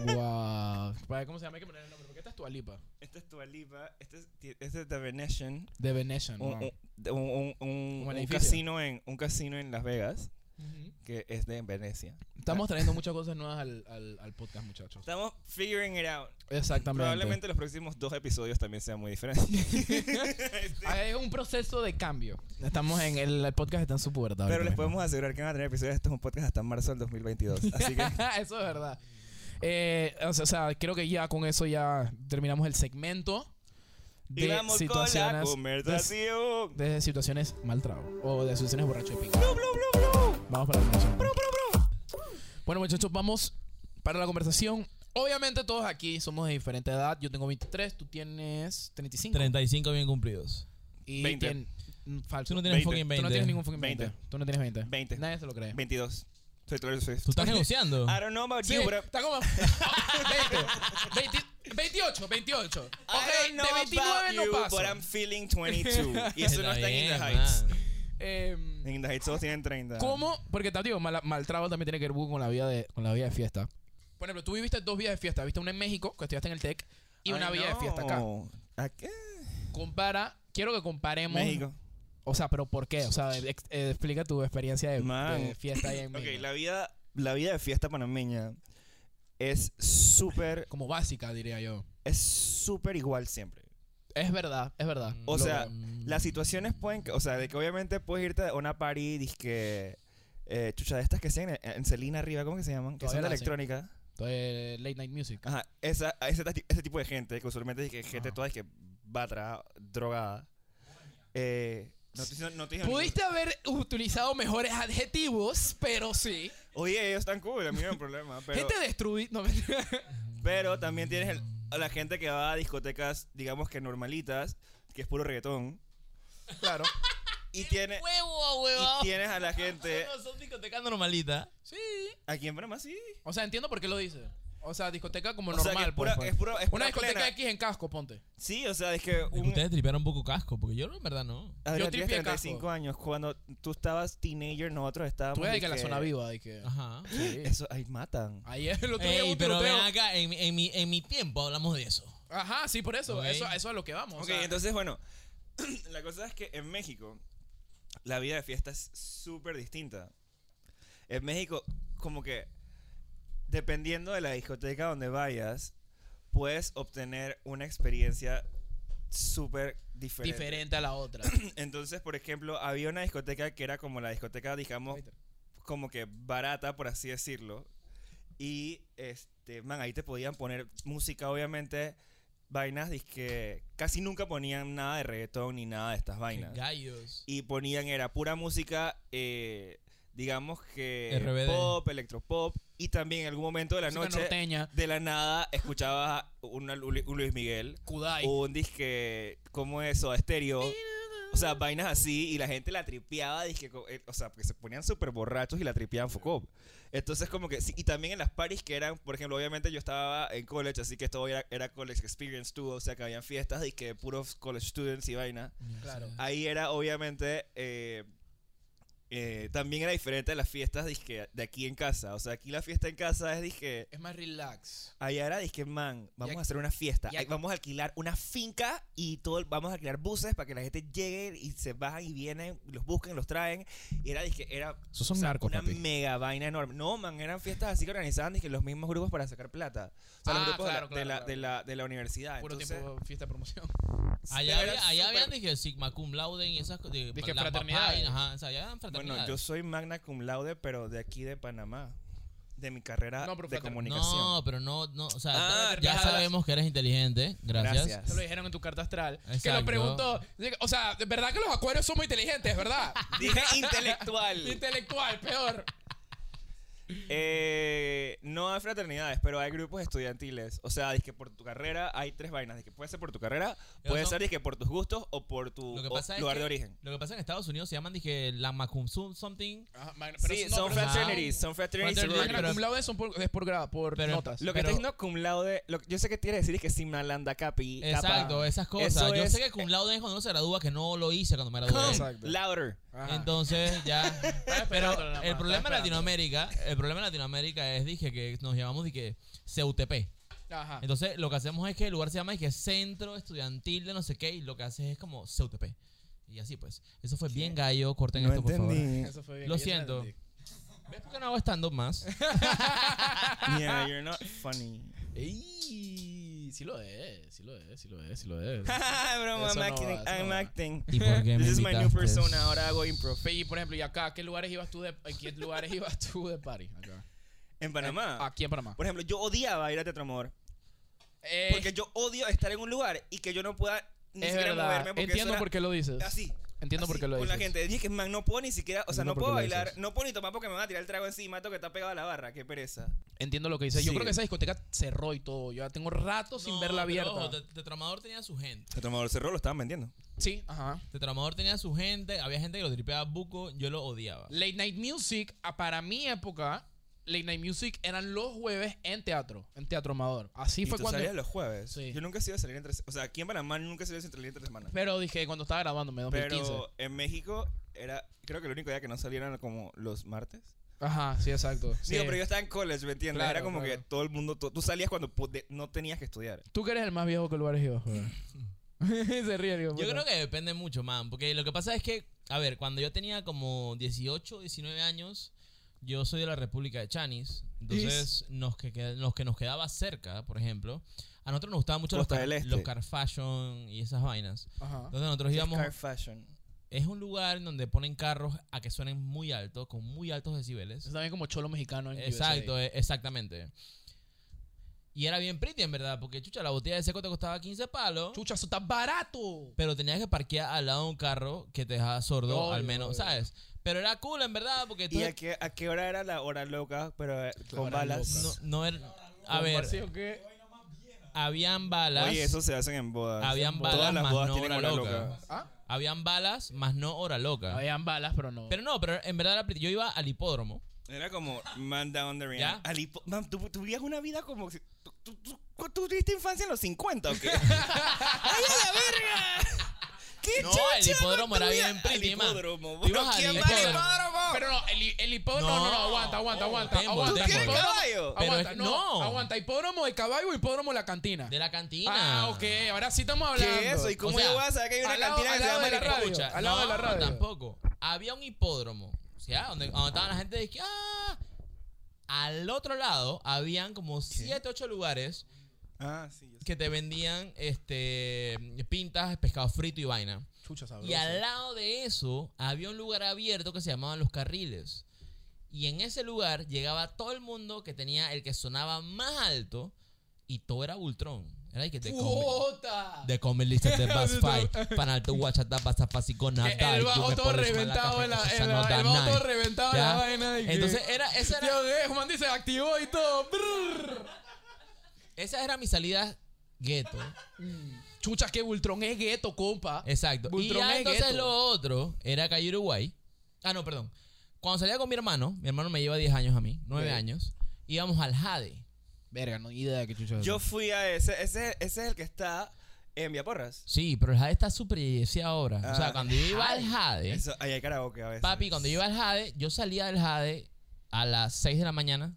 S2: Wow. Para, ¿Cómo se llama? Hay que poner el nombre. Porque esta es tu alipa.
S1: Este es tu Alipa. Este es, este es The Venetian.
S2: The Venetian.
S1: Un,
S2: wow.
S1: un- un- un- un-
S2: Como
S1: un
S2: el edificio.
S1: casino en, un casino en Las Vegas. que es de Venecia.
S2: Estamos trayendo muchas cosas nuevas al, al, al podcast, muchachos.
S1: Estamos figuring it out.
S2: Exactamente.
S1: Probablemente los próximos dos episodios también sean muy diferentes.
S2: Ah, Es un proceso de cambio. Estamos en el, el podcast está en su puerta. ahorita
S1: Pero les
S2: mismo.
S1: podemos asegurar que van a tener episodios de estos un podcast hasta marzo del 2022. Así que
S2: eso es verdad. Eh, o, sea, o sea, creo que ya con eso ya terminamos el segmento
S1: y
S2: de
S1: vamos con la
S2: situaciones de,
S1: conversación.
S2: de situaciones mal trago o de situaciones borracho de pinga. Vamos para la conversación. Bueno, muchachos, vamos para la conversación. Obviamente todos aquí somos de diferente edad. Yo tengo 23, tú tienes 35.
S3: 35 bien cumplidos.
S2: Y
S1: 20.
S2: tien- mm, falso.
S3: Tú no tienes
S1: 20.
S3: fucking 20.
S2: Tú no tienes ningún fucking 20.
S1: 20.
S2: Tú no tienes 20.
S1: 20.
S2: Nadie se lo cree.
S1: 22. Soy Taylor Swift.
S3: Tú estás negociando.
S1: I don't know about
S2: Sí,
S1: you, but
S2: está como 20, 20, 28, 28. Ok,
S1: I don't know
S2: de 29
S1: about
S2: no
S1: you,
S2: paso.
S1: but I'm feeling 22. Y eso no está en In the
S3: bien,
S1: Heights.
S3: man.
S2: Em,
S1: En In the Heights todos tienen 30.
S2: ¿Cómo? Porque te digo, mal, mal trago también tiene que ver con la vida de con la vida de fiesta. Por ejemplo, tú viviste dos vidas de fiesta, viste una en México, que estudiaste en el Tec, y una vida
S1: vida
S2: de fiesta acá.
S1: ¿A qué?
S2: Compara, quiero que comparemos.
S1: México.
S2: O sea, pero ¿por qué? O sea, ex- eh, explica tu experiencia de,
S1: Man.
S2: de fiesta ahí en
S1: Ok,
S2: México.
S1: la vida, la vida de fiesta panameña es súper,
S2: Como básica, diría yo.
S1: es súper igual siempre.
S2: Es verdad, es verdad.
S1: O
S2: Lo
S1: sea,
S2: creo.
S1: las situaciones pueden, o sea, de que obviamente puedes irte a una party, disque, eh, chucha, de estas que sean en, en Celina arriba, ¿cómo que se llaman? Que son de
S2: Todavía la hacen.
S1: electrónica.
S2: Entonces, late night music.
S1: Ajá, esa, a ese, ta- ese tipo de gente, que usualmente es que gente
S2: Ajá.
S1: toda es que batra, drogada. Eh, no estoy diciendo- no estoy diciendo
S2: Pudiste haber utilizado mejores adjetivos, pero sí.
S1: ningún- Oye, ellos están cool, a mí no hay problema. Pero,
S2: Gente destruida. No, mentira.
S1: pero también tienes el- a la gente que va a discotecas, digamos que normalitas, que es puro reggaetón.
S2: claro.
S1: Y, tiene, y
S3: Huevo, huevo.
S1: tienes a la gente.
S3: No, son discotecas normalitas.
S2: Sí.
S1: Aquí en Panamá sí.
S2: O sea, entiendo por qué lo dice. O sea, discoteca como
S1: O sea,
S2: normal.
S1: que es
S2: pues,
S1: pura,
S2: pues.
S1: es puro- es
S2: Una
S1: pura
S2: discoteca
S1: plena.
S2: X en casco, ponte.
S1: Sí, o sea, es que un,
S3: Ustedes tripearon un poco casco, porque yo en verdad no.
S1: Adrián, tienes
S2: Yo tripié
S1: 35
S2: casco.
S1: años. Cuando tú estabas teenager, nosotros estábamos.
S2: Tú eres de que la
S1: dizque,
S2: zona viva, de que.
S3: Ajá.
S2: Sí.
S1: Eso, ahí matan.
S2: Ahí es el otro día
S3: Ey,
S2: un
S3: pero ven
S2: tiroteo.
S3: acá, en, mi- en mi, en mi tiempo hablamos de eso.
S2: Ajá, sí, por eso.
S3: Ok.
S2: Eso, eso es lo que vamos. o
S1: Ok,
S2: sea,
S1: entonces, bueno, la cosa es que en México la vida de fiesta es súper distinta. En México, como que dependiendo de la discoteca donde vayas, puedes obtener una experiencia súper diferente.
S2: diferente a la otra.
S1: Entonces, por ejemplo, había una discoteca que era como la discoteca, digamos, como que barata, por así decirlo. Y, este, man, ahí te podían poner música, obviamente, vainas, que casi nunca ponían nada de reggaetón ni nada de estas
S3: Qué
S1: vainas.
S3: Gallos.
S1: Y ponían, era pura música, eh, digamos que
S3: RBD.
S1: pop, electropop. Y también en algún momento de la
S2: Música
S1: noche,
S2: norteña,
S1: de la nada, escuchabas una Lu- un Luis Miguel,
S2: Kudai.
S1: un disque, ¿cómo es eso? Estéreo. O sea, vainas así y la gente la tripeaba, dizque, co- eh, o sea, porque se ponían súper borrachos y la tripeaban Foucault. Entonces, como que, sí, y también en las parties que eran, por ejemplo, obviamente yo estaba en college, así que esto era, era college experience too, o sea, que habían fiestas y que puros college students y vaina.
S2: Claro.
S1: Ahí era, obviamente, eh, eh, también era diferente a las fiestas dizque, de aquí en casa. O sea, aquí la fiesta en casa es, dije,
S2: Es más relax.
S1: Allá era, dije, man, vamos
S2: Ya-
S1: a hacer una fiesta.
S2: ya-
S1: Ay, Vamos a alquilar una finca y todo, el- vamos a alquilar buses para que la gente llegue y se bajan y vienen, los busquen, los traen. Y era, dije, era
S2: Esos son
S1: o sea,
S2: narcos,
S1: una
S2: papi.
S1: mega vaina enorme. No, man, eran fiestas así que organizaban, dije, los mismos grupos para sacar plata. O sea,
S2: Ah,
S1: los grupos de la-
S2: claro,
S1: de, la,
S2: claro,
S1: de, la, de la universidad.
S2: Puro
S1: Ah, Entonces,
S2: tiempo fiesta de promoción.
S3: Allá,
S1: era
S3: había, allá
S1: súper-
S3: habían, dije, Sigma Cum Laude y esas cosas.
S2: Dije, fraternidades.
S3: Ajá, o sea, allá eran fraternidades.
S1: Bueno, yo soy magna cum laude, pero de aquí de Panamá. De mi carrera
S2: No, pero
S1: de
S2: frater-
S1: comunicación.
S3: No, pero no, no, o sea,
S1: Ah,
S3: ya
S1: ya.
S3: sabemos que eres inteligente, gracias.
S1: Gracias.
S2: Te lo dijeron en tu carta astral. Que
S3: Exacto.
S2: lo preguntó. O sea, de verdad que los acuarios son muy inteligentes, ¿verdad?
S1: Dije intelectual.
S2: Intelectual, peor.
S1: Eh, no hay fraternidades, pero hay grupos estudiantiles. O sea, que por tu carrera hay tres vainas. que puede ser por tu carrera, puede
S3: son-
S1: ser que por tus gustos o por tu
S3: Lo que
S1: o-
S3: pasa es
S1: lugar
S3: que-
S1: de origen.
S3: Lo que pasa en Estados Unidos se llaman, dije, la Macum Sum something.
S1: sí, son Ah.
S3: pero-
S1: fraternities, son fraternities.
S3: Fraternidades,
S1: sororities.
S3: pero-
S2: Magna cum laude son por, es por, gra- por
S3: Pero-
S2: notas.
S1: lo que
S3: pero-
S1: está diciendo cum laude, lo que- yo sé que quiere decir es que Simnalanda Capi. capa.
S3: Exacto, esas cosas.
S1: Eso
S3: yo
S1: es- eh.
S3: sé que cum laude es cuando uno se gradúa, que no lo hice cuando me gradué.
S1: Cum
S2: Exacto.
S1: louder.
S2: Ajá. Ah,
S3: Entonces, ya. Pero
S2: esperando nada más,
S3: el problema
S2: estaba
S3: en
S2: esperando.
S3: Latinoamérica, el problema en Latinoamérica es, dije, que nos llamamos, dije, CUTP.
S2: Ajá.
S3: Entonces, lo que hacemos es que el lugar se llama es que Centro Estudiantil de no sé qué y lo que haces es como CUTP. Y así pues. Eso fue bien gallo, corten esto por favor.
S2: Eso fue bien.
S3: Lo
S2: Yo ya
S3: siento.
S2: entendí.
S3: ¿Ves por qué no hago stand-up más?
S1: Yeah, you're not funny.
S2: Ey, sí lo es, sí lo es, sí lo es, sí lo es.
S1: Bro, I'm
S2: Eso no
S1: acting.
S2: va, eso
S1: I'm
S2: no va.
S1: acting.
S3: ¿Y por qué
S1: This is my new persona. Ahora hago improv.
S2: Pe- Y por ejemplo, ¿y acá a qué lugares ibas tú de, a qué lugares ibas tú de party? Acá.
S1: En Panamá.
S2: Aquí en Panamá.
S1: Por ejemplo, yo odiaba ir a Teatro Amor.
S2: Eh,
S1: Porque yo odio estar en un lugar y que yo no pueda ni
S2: es
S1: siquiera
S2: verdad.
S1: moverme. Porque eso
S2: Entiendo
S1: era
S2: por qué lo dices.
S1: Así.
S2: Entiendo por
S1: así
S2: qué lo
S1: Con
S2: dices.
S1: la gente. Dije que, man, no puedo ni siquiera. O sea, no
S2: Entiendo por qué
S1: puedo
S2: lo
S1: bailar.
S2: dices.
S1: No puedo ni tomar porque me van a tirar el trago encima. Tengo que estar pegado a la barra. Qué pereza.
S2: Entiendo lo que dices. Yo
S1: Sí.
S2: creo que esa discoteca cerró y todo. Yo ya tengo rato sin
S3: No,
S2: verla
S3: pero
S2: abierta.
S3: Ojo, Te- Tetramador tenía su gente.
S1: Teatro Amor cerró, lo estaban vendiendo.
S2: Sí, ajá.
S3: Tetramador tenía su gente. Había gente que lo tripeaba buco. Yo lo odiaba.
S2: Late Night Music, ah, para mi época, Late Night Music eran los jueves en teatro, en Teatro Amador. Así
S1: Y
S2: fue
S1: tú
S2: cuando...
S1: salías los jueves.
S2: Sí.
S1: Yo nunca he sido a salir entre. O sea, aquí en Panamá nunca he sido a salir entre semanas.
S2: Pero dije, cuando estaba grabándome, 2015.
S1: Pero en México era, creo que el único día que no salieran como los martes.
S2: Ajá, sí, exacto. Sí.
S1: Digo, pero yo estaba en college, ¿me entiendes?
S2: Claro,
S1: era como
S2: claro.
S1: que todo el mundo, to- tú salías cuando po- de- no tenías que estudiar.
S2: Tú que eres el más viejo que lugares ibas, joder. Se ríe, digo,
S3: Yo creo que depende mucho, man. Porque lo que pasa es que, a ver, cuando yo tenía como 18, 19 años, yo soy de la República de Chanis. Entonces, nos que, qued- los que nos quedaba cerca, por ejemplo, a nosotros nos gustaban mucho los
S1: Costa
S3: car,
S1: del Este.
S3: los car fashion y esas vainas.
S2: Ajá.
S3: Entonces, nosotros íbamos.
S1: Car fashion.
S3: Es un lugar en donde ponen carros a que suenen muy alto, con muy altos decibeles.
S2: Es también como cholo mexicano en USA.
S3: Exacto, e- exactamente. Y era bien pretty, en verdad, porque chucha, la botella de seco te costaba 15 palos.
S2: Chucha, eso está barato.
S3: Pero tenías que parquear al lado de un carro que te dejaba sordo,
S2: Obvio,
S3: al menos,
S2: obvio.
S3: ¿sabes? Pero era cool, en verdad, porque tú
S1: ¿Y a qué, a qué hora era la hora loca, pero eh, con
S2: Hora
S1: balas?
S3: no, no era... A ver,
S2: Vacío que-
S3: habían balas,
S1: Oye, eso se hacen en bodas.
S3: habían
S1: Todas
S3: balas,
S1: las
S3: más
S1: bodas
S3: no
S1: tienen
S3: hora
S1: hora
S3: loca.
S1: loca.
S2: Ah,
S3: Habían balas, más no hora loca.
S2: habían balas, pero no.
S3: Pero no, pero en verdad era pretty. Yo iba al hipódromo.
S1: Era como man down the
S3: ¿Ya?
S1: rain. Al hipo- Man, ¿tú, tú vivías una vida como... si- ¿Tú, tú, tú- tú tuviste infancia en los 50 o qué? ¡Ay, a la verga! ¡Qué
S3: No,
S1: chucha
S3: el
S1: con
S3: hipódromo
S1: tu
S3: era
S1: vida!
S3: bien pretty,
S1: Al
S3: man.
S1: hipódromo.
S3: Tú ibas
S1: bro,
S3: al
S1: ¿Quién va al
S3: hipódromo.
S1: hipódromo?
S2: Pero no, el, el hipódromo. No, no, no, aguanta, aguanta, aguanta.
S3: Tembo,
S2: aguanta,
S3: tembo.
S1: ¿Quieres
S2: Hipódromo-
S1: caballo?
S3: Pero
S2: Aguanta,
S3: es-
S2: no,
S3: no.
S2: Aguanta, hipódromo de caballo, hipódromo de la cantina.
S3: De la cantina.
S2: ah, ok, ahora sí estamos hablando.
S1: ¿Qué es eso? ¿Y cómo
S3: O sea,
S1: yo voy a saber que hay una
S2: al lado-
S1: cantina que
S2: al
S1: se
S2: lado
S1: llama
S2: de la
S1: el hipódromo?
S2: radio.
S3: Escucha,
S2: al lado
S3: no,
S2: de la radio.
S3: tampoco. Había un hipódromo, o sea, donde, donde estaba la gente de que ¡ah! Al otro lado habían como 7, 8 lugares
S1: Ah, sí, yo sé.
S3: que te vendían este pintas, pescado frito y vaina.
S2: Chucha sabroso.
S3: Y al lado de eso había un lugar abierto que se llamaban Los Carriles. Y en ese lugar llegaba todo el mundo que tenía el que sonaba más alto y todo era Bultrón. Era el que te
S2: ¡Puta!
S3: de comer listas de Bass Fight. Panal tu guachata pasa
S2: Que
S3: fasicona.
S2: el bajo todo reventado en la, en la- el bajo todo reventado en la vaina. de que-
S3: Entonces, era, esa, era,
S2: Dios mío, Juan dice, activó y todo. Brrr.
S3: esas eran mis salidas gueto.
S2: Chucha, que Bultrón es gueto, compa.
S3: Exacto.
S2: Bultrón
S3: y ya
S2: es
S3: entonces
S2: gueto.
S3: lo otro era Calle Uruguay. Ah, no, perdón. Cuando salía con mi hermano, mi hermano me lleva 10 años a mí, 9
S2: Ok.
S3: años, íbamos al Jade.
S2: Verga, no idea de qué chucha es
S1: Yo
S2: eso.
S1: fui a ese, ese, ese es el que está en Villaporras.
S3: Sí, pero el Jade está súper yeyese ahora. o sea,
S1: Ah.
S3: cuando yo iba al Jade,
S1: Eso, ahí hay karaoke a veces.
S3: Papi, cuando yo iba al Jade, yo salía del Jade a las 6 de la mañana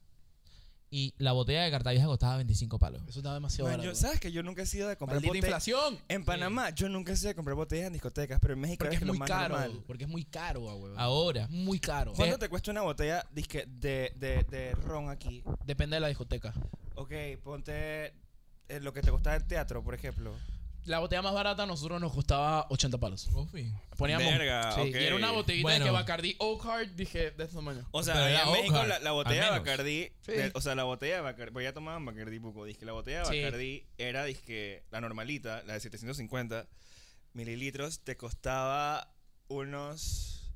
S3: y la botella de carta vieja costaba 25 palos.
S2: Eso está demasiado
S1: Man,
S2: barato.
S1: yo, ¿Sabes que yo nunca he sido de comprar
S2: Maldita
S1: botellas?
S2: inflación.
S1: En Panamá, yo nunca he sido de comprar botellas en discotecas, pero en México
S2: Porque
S1: es
S2: es
S1: que lo
S2: muy
S1: más
S2: caro.
S1: normal.
S2: Porque es muy caro, güey.
S3: Ahora,
S2: Muy caro.
S1: ¿Cuánto
S3: Sí.
S1: te cuesta una botella disque, de, de, de ron aquí?
S2: Depende de la discoteca.
S1: Ok, ponte eh, lo que te costaba en teatro, por ejemplo.
S2: La botella más barata a nosotros nos costaba 80 palos. Poníamos.
S1: Verga,
S2: sí,
S1: ok.
S2: Y era una botellita
S3: Bueno.
S2: que Bacardi Oak Hard, dije, de ese tamaño.
S1: O sea,
S3: Pero
S1: allá
S3: era
S1: en México
S3: Oakhart,
S1: la, la
S3: al
S1: botella de
S3: menos.
S1: Bacardí,
S2: Sí.
S1: de- o sea, la botella de Bacardí, pues ya tomaban Bacardí poco, dizque la botella de
S2: Sí.
S1: Bacardí era dizque la normalita, la de 750 mililitros, te costaba unos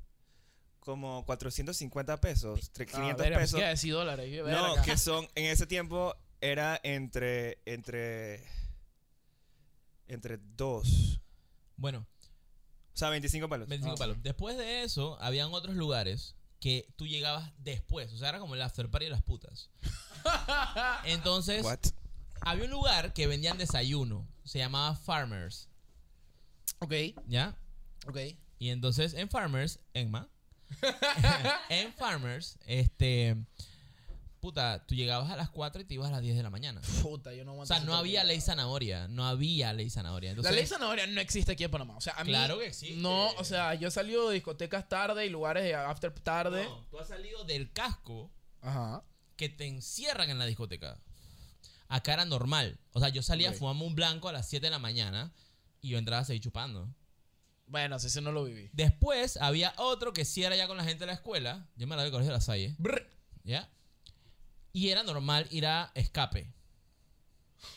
S1: como 450 pesos, tre- 500 Ah, pesos.
S2: de 10 dólares. yo,
S1: No,
S2: verga.
S1: que son, en ese tiempo era entre, entre, entre dos,
S3: Bueno,
S1: o sea, 25 palos.
S3: 25
S2: Ah.
S3: palos. Después de eso, habían otros lugares que tú llegabas después. O sea, era como el after party de las putas. Entonces,
S1: What?
S3: había un lugar que vendían desayuno. Se llamaba Farmers.
S2: Ok,
S3: ¿Ya?
S2: ok.
S3: Y entonces en Farmers, Enma, en Farmers, este, puta, tú llegabas a las 4 y te ibas a las 10 de la mañana.
S2: Puta, yo no
S3: O
S2: aguanto
S3: sea,
S2: ese
S3: no había
S2: tornillo.
S3: ley zanahoria. No había ley zanahoria.
S2: La
S3: Entonces,
S2: ley zanahoria no existe aquí en Panamá. O sea, a mí.
S3: Claro que existe.
S2: No, o sea, yo he salido de discotecas tarde y lugares de after tarde.
S3: No, tú has salido del casco
S2: Ajá.
S3: que te encierran en la discoteca. Acá era normal. O sea, yo salía
S2: Ok.
S3: a fumarme un blanco a las 7 de la mañana y yo entraba a seguir chupando.
S2: Bueno, si eso no lo viví.
S3: Después había otro que sí era ya con la gente de la escuela. Yo me la del colegio de la Salle.
S2: Brr.
S3: ¿Ya? Y era normal ir a escape.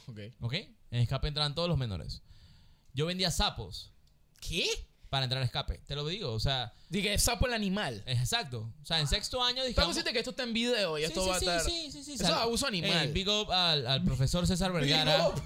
S2: Ok.
S3: ¿Ok? En escape entraban todos los menores. Yo vendía sapos
S2: ¿Qué?
S3: para entrar a escape. Te lo digo. O sea,
S2: Dije, sapo el animal.
S3: es exacto. O sea, en sexto año
S2: Está
S3: digamos,
S2: consciente que esto está en video y esto va a estar.
S3: Sí, sí, sí.
S2: Eso
S3: Sal-
S2: es abuso animal.
S3: Ey, big up al, al profesor César Vergara.
S2: up.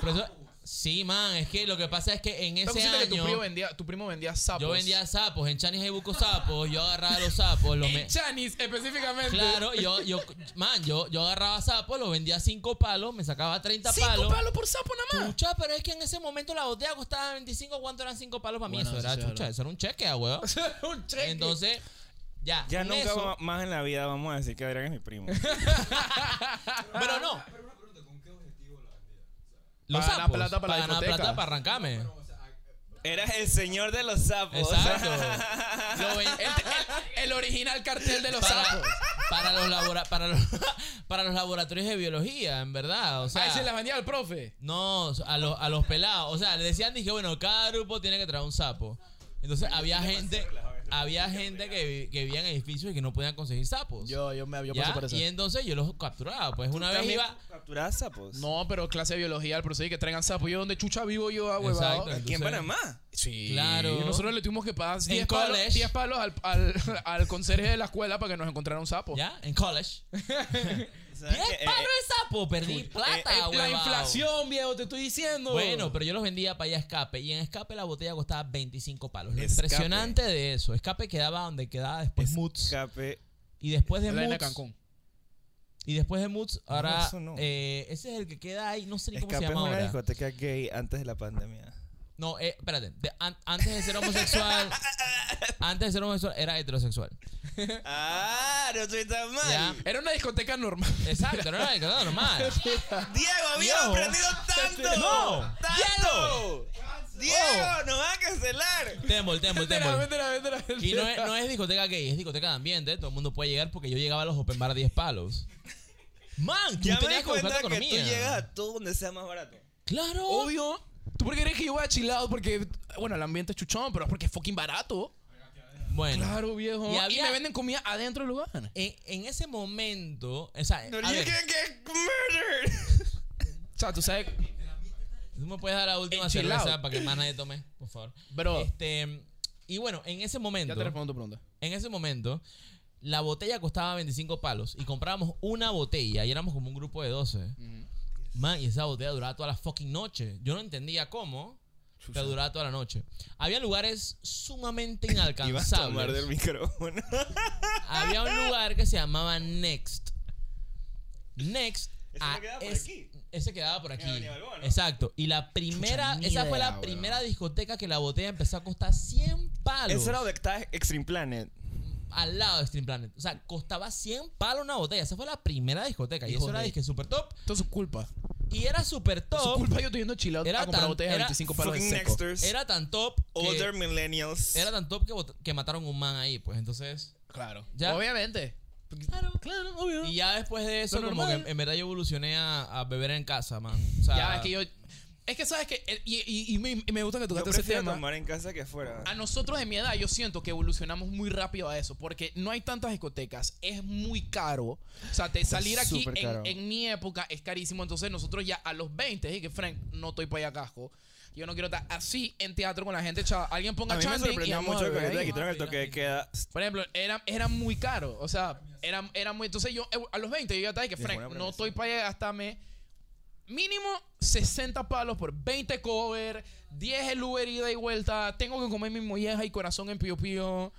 S3: Profesor- sí, man, es que lo que pasa es que en
S2: Está
S3: ese
S2: consciente que tu primo
S3: año
S2: vendía, tu primo vendía sapos.
S3: yo vendía sapos, en Chanis hay buco sapos, yo agarraba los sapos, los me-
S2: En Chanis, específicamente.
S3: Claro, yo, yo, man, yo, yo agarraba sapos, los vendía a cinco palos, me sacaba 30
S2: Cinco
S3: palos.
S2: palos. por sapo nada más.
S3: Chucha, pero es que en ese momento la botella costaba 25, ¿cuánto eran cinco palos para mí?
S2: Bueno,
S3: eso
S2: eso
S3: era
S2: sí es
S3: chucha,
S2: verdad.
S3: eso era un cheque, ah, weón.
S2: Eso era un cheque.
S3: Entonces, ya.
S1: Ya
S3: con
S1: nunca
S3: eso-
S1: va- más en la vida vamos a decir que Adrián es mi primo.
S3: Pero no.
S4: Pero una pregunta, ¿con qué objetivo lo vendía? O sea,
S3: Los
S2: Para ganar
S3: sapos,
S2: plata para la
S3: ganar
S2: discoteca.
S3: plata para arrancarme.
S4: o sea, a-
S1: Eras el señor de los sapos.
S3: Exacto. Lo ven-
S2: El, el- el original cartel de los
S3: para,
S2: sapos.
S3: para los labora- para, los, para los laboratorios de biología, en verdad. O
S2: Ahí se las
S3: sea,
S2: vendía al profe.
S3: no, a los, a los pelados. O sea, le decían, dije, bueno, cada grupo tiene que traer un sapo. Entonces había gente, había gente que, vi- que vivía en edificios y que no podían conseguir sapos.
S2: Yo, yo me yo
S3: ¿Ya?
S2: pasé por eso.
S3: Y entonces yo los capturaba. Pues una vez
S1: También
S3: iba.
S1: capturabas sapos?
S2: No, pero clase de biología al profe que traigan sapos. Yo donde chucha vivo yo, ah, huevado.
S3: Exacto.
S1: Aquí en
S3: entonces-
S1: Panamá.
S2: Sí.
S3: Claro.
S2: Nosotros le tuvimos que pagar
S3: En
S2: 10 palos,
S3: college.
S2: 10 palos al, al, al conserje de la escuela para que nos encontrara un sapo.
S3: ¿Ya? En college.
S1: ¿Sabes
S3: ¡Diez
S1: qué? Eh,
S3: palos de sapo! Perdí plata,
S1: eh,
S2: La
S3: huevao.
S2: inflación, viejo, te estoy diciendo.
S3: Bueno, pero yo los vendía para allá escape. Y en escape la botella costaba 25 palos. Lo
S1: Escape.
S3: impresionante de eso. Escape quedaba donde quedaba después Moods.
S1: Escape.
S3: Y después de
S2: la arena
S3: Moods.
S2: de Cancún.
S3: Y después de Moods, ahora.
S1: eso no.
S3: eh, ese es el que queda ahí. No sé ni cómo se
S1: Escape es
S3: llama
S1: una
S3: ahora.
S1: discoteca gay antes de la pandemia.
S3: No, eh, espérate. De- an- antes de ser homosexual. antes de ser homosexual era heterosexual.
S1: ¡Ah! ¡No soy tan mal!
S3: Ya.
S2: Era una discoteca normal.
S3: Exacto, no era el no, normal.
S1: ¡Diego, había
S3: Diego.
S1: aprendido tanto!
S3: ¡No!
S1: ¡Tanto! ¡Diego, nos va a cancelar!
S3: Temple,
S2: Véndela,
S3: temple, temple.
S2: véndela, véndela,
S3: Y no
S2: véndela.
S3: es, no es discoteca gay, es discoteca de ambiente. Todo el mundo puede llegar porque yo llegaba a los open bar a 10 palos. Man, tú
S1: Ya me di
S3: tenías que buscar
S1: cuenta
S3: tu
S1: que tú
S3: economía.
S1: llegas a todo donde sea más barato.
S3: Claro.
S2: Obvio. ¿Tú por qué crees que yo voy a chilado? Porque, bueno, el ambiente es chuchón, pero es porque es fucking barato.
S3: Bueno.
S2: Claro, viejo.
S3: Y
S2: Y,
S3: había-
S2: me venden comida adentro del lugar.
S3: En, en ese momento, o sea,
S1: No
S3: a ver,
S1: lleguen que murder.
S2: O sea, tú sabes,
S3: tú me puedes dar la última
S2: En chill
S3: cerveza
S2: out.
S3: para que más nadie tome, por favor.
S2: bro.
S3: Este, y bueno, en ese
S2: ya
S3: momento,
S2: te respondo tu pregunta.
S3: en ese momento, la botella costaba 25 palos y comprábamos una botella y éramos como un grupo de 12. Man, y esa botella duraba toda la fucking noche. Yo no entendía cómo, pero duraba toda la noche. Había lugares sumamente
S1: Ibas a tomar del
S3: inalcanzables.
S1: micrófono.
S3: Había un lugar que se llamaba Next. Next.
S1: Ese
S3: ah,
S1: no quedaba por
S3: es-
S1: aquí.
S3: Ese quedaba por aquí.
S1: Avenida Balboa, ¿no?
S3: Exacto. Y la primera,
S2: ni
S3: esa fue
S2: idea,
S3: la
S2: weón.
S3: primera discoteca que la botella empezó a costar 100 palos.
S1: Ese era donde estaba Extreme Planet.
S3: Al lado de Extreme Planet. O sea, costaba 100 palos una botella. Esa fue la primera discoteca. y
S2: Hijo
S3: eso era
S2: de-
S3: disque super top.
S2: Esto es su culpa.
S3: Y era super
S2: Es su
S3: top.
S2: culpa yo estoy yendo chilado
S3: Era
S2: a comprar
S3: tan-
S2: botellas de
S3: era
S2: 25 palos de
S1: Fucking
S2: seco.
S1: Nexters.
S3: Era tan top. que-
S1: Older Millennials.
S3: era tan top que, bot- que mataron un man ahí, pues. Entonces.
S2: Claro.
S3: Ya.
S2: Obviamente.
S3: Claro.
S2: Claro, obvio.
S3: Y ya después de eso,
S2: Lo
S3: como que
S2: normal.
S3: en verdad yo evolucioné a, a beber en casa, man. O sea,
S2: ya, es que yo... Es que sabes que... el- Y, y- y me, y me gusta que
S1: Yo
S2: tocaste ese
S1: prefiero
S2: tema.
S1: tomar en casa que afuera.
S2: A nosotros de mi edad yo siento que evolucionamos muy rápido a eso, porque no hay tantas discotecas, es muy caro. O sea, te salir aquí
S1: súper
S2: en,
S1: caro.
S2: en mi época es carísimo, entonces nosotros ya a los 20 dije, Frank, no estoy para allá casco. Yo no quiero estar así en teatro con la gente echada. Alguien
S1: A
S2: ponga
S1: mí me
S2: chanting y
S1: sorprendió
S2: vamos a
S1: mucho que
S2: beber
S1: ahorita
S2: ahí".
S1: le quitaron el toque de queda.
S2: Por ejemplo, era, era muy caro. O sea, era, era muy. Entonces yo eh, a los 20 yo ya estaba que
S1: Bien,
S2: Frank,
S1: buena
S2: no
S1: premisa.
S2: estoy para allá gastarme mínimo 60 palos por 20 cover, 10 el Uber ida y vuelta. Tengo que comer mi molleja y corazón en pío pío.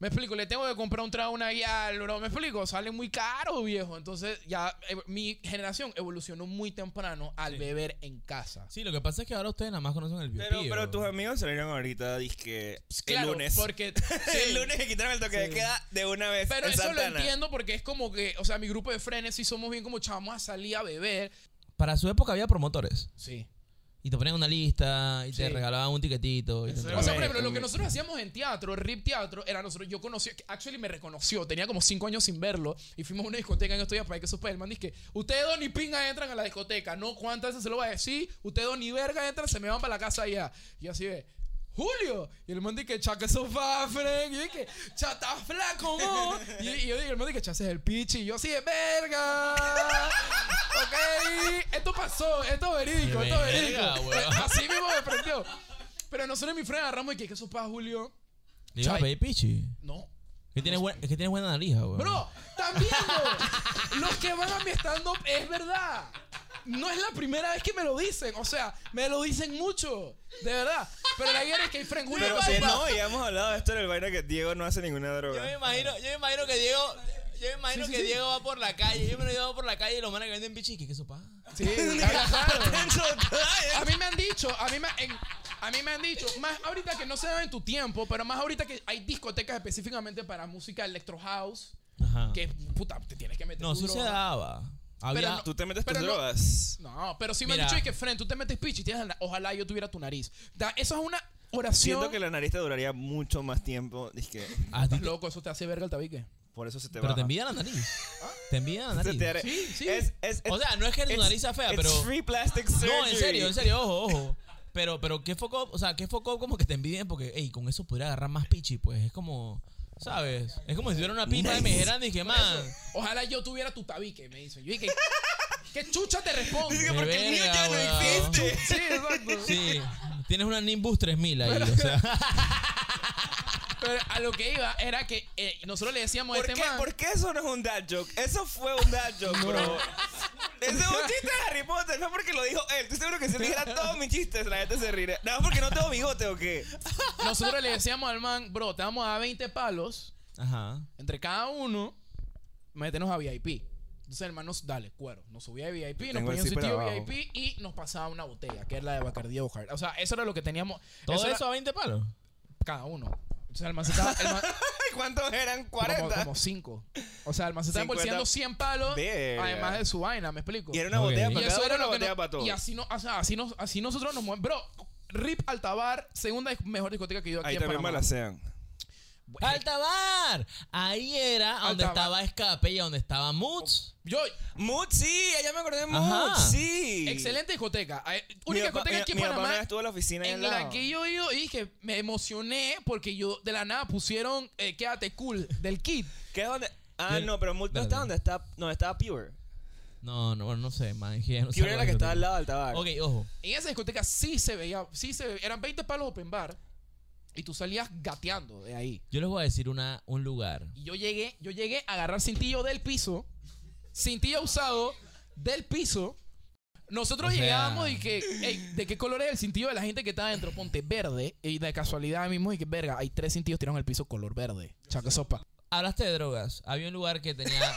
S2: ¿Me Me explico, le tengo que comprar un trago a una guía, bro. Me explico, sale muy caro, viejo. Entonces, ya eh, mi generación evolucionó muy temprano al
S3: Sí.
S2: beber en casa.
S3: Sí, lo que pasa es que ahora ustedes nada más conocen el Bio
S1: Pero,
S3: Pío.
S1: pero tus amigos salieron ahorita, dije, el
S2: Pues Claro,
S1: lunes.
S2: Porque
S1: el lunes que quitaron el toque de
S2: Sí.
S1: queda de una vez.
S2: Pero
S1: en
S2: eso lo
S1: Santana.
S2: entiendo porque es como que, o sea, mi grupo de frenes sí somos bien como chamos a salir a beber.
S3: Para su época había promotores.
S2: Sí.
S3: Y te ponían una lista y te
S2: Sí.
S3: regalaban un tiquetito. Y te
S1: Eso
S2: O sea,
S3: entraban.
S2: por ejemplo, lo
S1: Correcto.
S2: que nosotros hacíamos en teatro, RIP Teatro, era nosotros, yo conocí, actually me reconoció, tenía como cinco años sin verlo, y fuimos a una discoteca en estos días para que supe, el man dice que ustedes Don y Pinga entran a la discoteca, no, ¿cuántas veces se lo va a decir? Ustedes Don y Verga entran, se me van para la casa allá. Y así de, Julio, y el man dice que chaca sofá, Frank, y yo dije, chata flaco, mo. Y, y yo dije, el man dice que chases el pichi, y yo así de, verga. ok, esto pasó, esto es verídico,
S3: Qué
S2: esto es verídico.
S3: verga, weón.
S2: Así mismo me prendió. Pero nosotros en mi frente agarramos y que, ¿qué eso para Julio?
S3: Le iba a pedir pichi.
S2: No.
S3: Que tienes, buen- es que tienes buena nariz, güey.
S2: Bro, también, bro. Los que van a mi stand-up es verdad. No es la primera vez que me lo dicen. O sea, me lo dicen mucho. De verdad. Pero la guerra es que hay Frank Julio.
S1: Pero
S2: papá.
S1: si no, ya hemos hablado de esto en el baile que Diego no hace ninguna
S3: Yo me
S1: droga.
S3: imagino, yo me imagino que Diego. Yo me imagino
S2: Sí, sí,
S3: que
S2: sí.
S3: Diego va por la calle. Yo me lo llevo por la calle y los manes que venden pichi. ¿Qué eso pasa?
S2: Sí, claro. A
S1: Total.
S2: mí me han dicho, a mí me, en- a mí me han dicho, más ahorita que no se da en tu tiempo, pero más ahorita que hay discotecas específicamente para música electro house,
S3: Ajá.
S2: que puta, te tienes que meter
S3: No,
S2: tu
S3: sí se
S2: droga.
S3: daba. Había.
S1: Tú te metes tus
S2: Pero no-
S1: drogas.
S2: No, pero sí me
S3: Mira.
S2: han dicho "Ey, que Fren, tú te metes pichi y tienes la- ojalá yo tuviera tu nariz. Da, eso es una oración.
S1: Siento que la nariz te duraría mucho más tiempo. Dizque,
S3: A ti te-
S2: Loco, eso te hace verga el tabique.
S1: por eso se te
S3: Ah, pero
S1: baja.
S3: te envidia la nariz. Te envidia la
S1: Se
S3: nariz.
S1: te are-
S2: Sí, sí.
S1: Es, es,
S3: O sea, no es que tu
S1: it's-
S3: nariz sea fea,
S1: it's
S3: pero.
S1: free plastic surgery.
S3: No, en serio, en serio, ojo, ojo. Pero, pero qué foco, o sea, qué foco como que te envidien porque, ey, con eso pudiera agarrar más pichi, pues es como, ¿sabes? Es como si tuviera una pipa y me
S1: Nice.
S3: dijeran, dije, man,
S2: Ojalá yo tuviera tu tabique, me dicen. Yo dije, ¿qué chucha te respondo?
S1: Dizque,
S3: De
S1: porque el mío ya
S3: verga, weón.
S1: no existe.
S2: Sí, exacto.
S3: sí, tienes una Nimbus 3000 ahí, o sea,
S2: Pero a lo que iba era que eh, nosotros le decíamos a
S1: ¿Por
S2: este
S1: qué,
S2: man.
S1: por qué eso no es un dad joke? Eso fue un dad joke, bro. Ese es un chiste de Harry Potter, no porque lo dijo él. Estoy seguro que si él dijera todos mis chistes, la gente se reiría. No, porque no tengo bigote o qué.
S2: Nosotros le decíamos al man, bro, te vamos a dar 20 palos
S3: ajá,
S2: entre cada uno, métenos a VIP. Entonces, hermanos, dale, cuero. Nos subía a VIP, nos
S1: Tengo el
S2: ponía un
S1: zipper
S2: sitio
S1: abajo.
S2: VIP y nos pasaba una botella, que es la de Bacardi o Hard. O sea, eso era lo que teníamos.
S3: todo eso,
S2: era
S3: a 20 palos,
S2: cada uno. O sea, el man se estaba- el man-
S1: Ay, ¿Cuántos eran?
S2: como,
S1: 40.
S2: como cinco. O sea, el man se estaba
S1: 50.
S2: embolsillando 100 palos,
S1: Verga.
S2: además de su vaina, ¿me explico?
S1: Y era una
S3: Ok.
S1: botella
S2: Y
S1: para
S2: eso
S1: cada
S2: era
S1: uno, una
S2: lo que
S1: botella
S2: no-
S1: para todos.
S2: Y así, no, o sea, así, nos, así nosotros nos movemos. Bro, Rip Altabar, segunda dis- mejor discoteca que yo aquí
S1: Ahí
S2: en
S1: también
S2: Panamá.
S1: malasean. Pues,
S2: Bueno,
S1: eh.
S3: ¡Altabar! Ahí era donde
S2: Altabar.
S3: estaba Escape y donde estaba Moods,
S2: Yo,
S1: Mood, sí, ya me acordé de
S3: Ajá.
S1: Mood, sí.
S2: excelente discoteca. Ay,
S1: Mi
S2: Única
S1: papá-
S2: discoteca
S1: mi-
S2: aquí en
S1: mi papá una
S2: Panamá.
S1: vez estuvo en la oficina ahí
S2: En
S1: al
S2: la
S1: lado.
S2: que yo iba y dije, me emocioné porque yo de la nada pusieron eh, Quédate cool del kit.
S1: ¿Qué es donde? Ah,
S3: Yo-
S1: no, pero Mood no
S3: Espérate.
S1: está donde está. No, estaba Pure.
S3: no, no, bueno, no sé, man, que ya no sé
S1: Pure era la que estaba al lado del tabaco.
S3: Ok, ojo,
S2: En esa discoteca sí se veía, sí se veía, eran 20 palos open bar y tú salías gateando de ahí.
S3: yo les voy a decir una, un lugar,
S2: Y yo llegué, yo llegué a agarrar cintillo del piso, cintillo usado del piso. Nosotros
S3: O sea-
S2: llegábamos y que, "Ey, ¿de qué color es el cintillo de la gente que está adentro? Ponte verde. Y de casualidad mismo, y que, verga, hay tres cintillos tirados en el piso color verde. Chaca sopa.
S3: hablaste de drogas, había un lugar que tenía...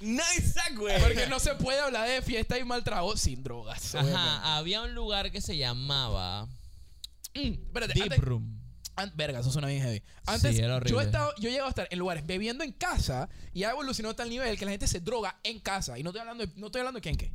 S1: Nice segue.
S2: Porque no se puede hablar de fiesta y mal trago sin drogas. obviamente.
S3: Ajá, había un lugar que se llamaba
S2: Mm, espérate,
S3: Deep
S2: antes-
S3: Room.
S2: an- verga, eso suena bien heavy. Antes,
S3: Sí, era
S2: yo,
S3: horrible.
S2: he estado, yo he llegado a estar en lugares bebiendo en casa y ha evolucionado a tal nivel que la gente se droga en casa. Y no estoy hablando de, no estoy hablando de qué.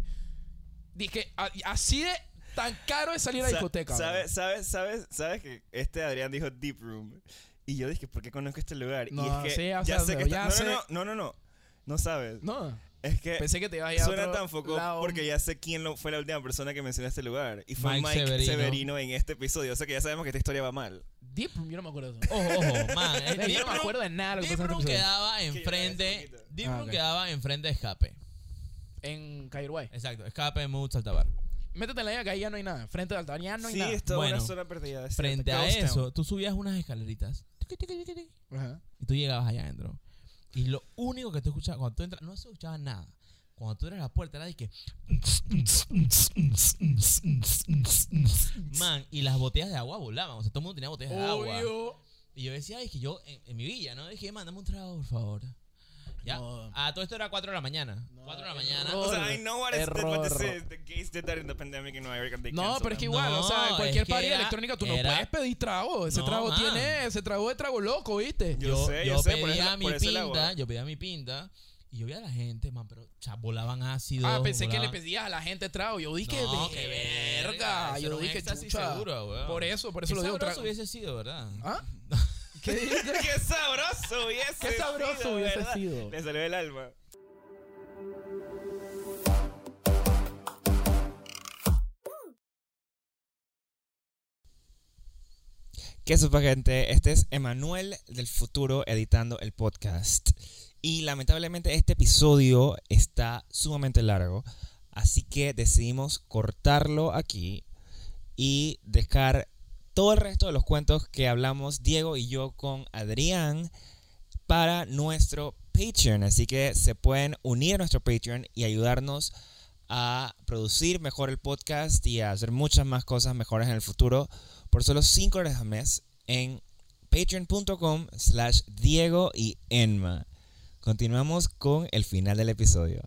S2: Dije, a- así de tan caro es salir a la
S1: Sa-
S2: discoteca.
S1: ¿Sabes, sabes, sabes, sabes que este Adrián dijo Deep Room? Y yo dije, ¿por qué conozco este lugar? y
S2: No,
S1: es que
S2: sí, ya
S1: ya
S2: sabes,
S1: sé que
S2: ya
S1: está... no,
S2: sé.
S1: no, no, no, no, no. No sabes.
S2: bro. No,
S1: es que
S2: pensé que te ibas a ir a
S1: Eh, suena
S2: otro
S1: tan foco
S2: lado.
S1: porque ya sé quién lo- fue la última persona que mencionó este lugar. Y fue
S3: Mike
S1: Mike,
S3: Severino.
S1: Severino. en este episodio. O sea que ya sabemos que esta historia va mal.
S2: Deep Room, yo no me acuerdo de eso. Eh,
S3: Ojo, ojo, man. el
S2: Yo
S3: Deep
S2: no me
S3: Room-
S2: acuerdo de nada. de lo que
S3: Deep
S2: pasó en
S3: Room
S2: este episodio.
S3: quedaba
S1: ya
S3: enfrente.
S1: es poquito.
S3: Deep
S2: Ah,
S3: Room
S2: ok.
S3: quedaba enfrente de Escape.
S2: En Cairoguay.
S1: eh.
S3: Exacto, Escape, Mood, Saltabar.
S2: Métete en la idea que ahí ya no hay nada. Frente de Altar, ya no hay
S1: sí,
S2: nada.
S1: es toda
S3: Bueno,
S1: una zona perdida. es cierto.
S3: Frente a
S2: Ghost Town.
S3: eso, tú subías unas escaleritas tuqui, tuqui, tuqui, tuqui,
S2: Ajá.
S3: y tú llegabas allá adentro. Y lo único que tú escuchabas, cuando tú entras, no se escuchaba nada. Cuando tú eras la puerta, era de que. Man, y las botellas de agua volaban. O sea, todo el mundo tenía botellas de agua.
S2: Obvio.
S3: Y yo decía, ay, que yo, en, en mi villa, ¿no? Dije, mándame un trago, por favor. Ya.
S2: No. eh,
S3: A todo esto era 4 de la mañana. 4 de la mañana.
S1: O sea,
S2: Error.
S1: I know what, it's, what this
S2: Error.
S1: is. The gays did that in the pandemic in New York. and they
S2: No,
S1: canceled
S2: pero es que
S1: them.
S2: igual, o sea, en
S3: No,
S2: cualquier
S3: es que
S2: party
S3: era-
S2: electrónica tú no
S3: era-
S2: puedes pedir trago. Ese
S3: No,
S2: trago
S3: man.
S2: tiene, ese trago de trago loco, ¿viste?
S1: Yo sé, yo sé, por
S3: pedía
S1: eso-
S3: mi
S1: por eso el agua.
S3: pinta, yo pedía mi pinta y yo veía a la gente, man, pero o sea, volaban ácido.
S2: Ah, pensé que le
S3: volaban-
S2: pedías a la gente trago. Yo dije,
S3: No,
S2: que verga.
S3: eso
S2: Yo
S3: era un
S2: dije,
S3: éxtasis
S2: chucha.
S3: seguro, weón.
S2: Por eso, por
S3: Qué
S2: eso lo digo
S3: sabroso
S2: trago.
S3: hubiese sido, ¿verdad?
S2: ¿Ah? ¿Qué dijiste?
S1: ¡Qué sabroso hubiese
S2: Qué sabroso
S1: sido,
S2: hubiese
S1: ¿verdad?
S2: sido.
S1: Le salió el alma. ¿Qué supa gente? Este es Emanuel del futuro editando el podcast. Y lamentablemente este episodio está sumamente largo, así que decidimos cortarlo aquí y dejar todo el resto de los cuentos que hablamos Diego y yo con Adrián para nuestro Patreon. Así que se pueden unir a nuestro Patreon y ayudarnos a producir mejor el podcast y a hacer muchas más cosas mejores en el futuro por solo 5 dólares al mes en patreon.com slash Diego y Enma. Continuamos con el final del episodio.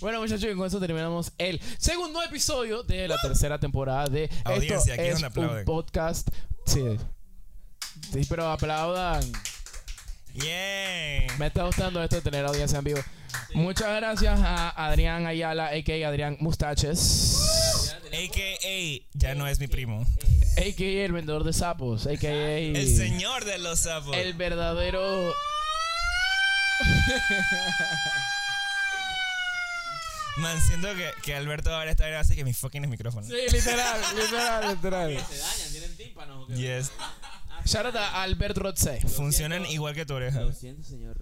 S2: bueno, muchachos, y con eso terminamos el segundo episodio de la tercera temporada de
S5: Audiencia,
S2: Esto
S5: aquí
S2: es
S5: donde aplauden.
S2: un podcast. Sí. Sí, pero aplaudan.
S1: ¡Yay!
S2: Me está gustando esto de tener audiencia en vivo. Muchas gracias a Adrián Ayala, a.k.a. Adrián Mustaches,
S1: AKA, ya no es mi primo.
S2: a.k.a. el vendedor de sapos, a.k.a.
S1: El señor de los sapos.
S2: El verdadero.
S1: Man, siento que, que Alberto ahora está grabando así que mi fucking micrófono.
S2: Sí, literal, literal, literal.
S3: Se dañan, tienen tímpanos.
S1: Yes.
S2: Shout out a Albert Rotze.
S1: Funcionan igual que tu oreja.
S6: siento, señor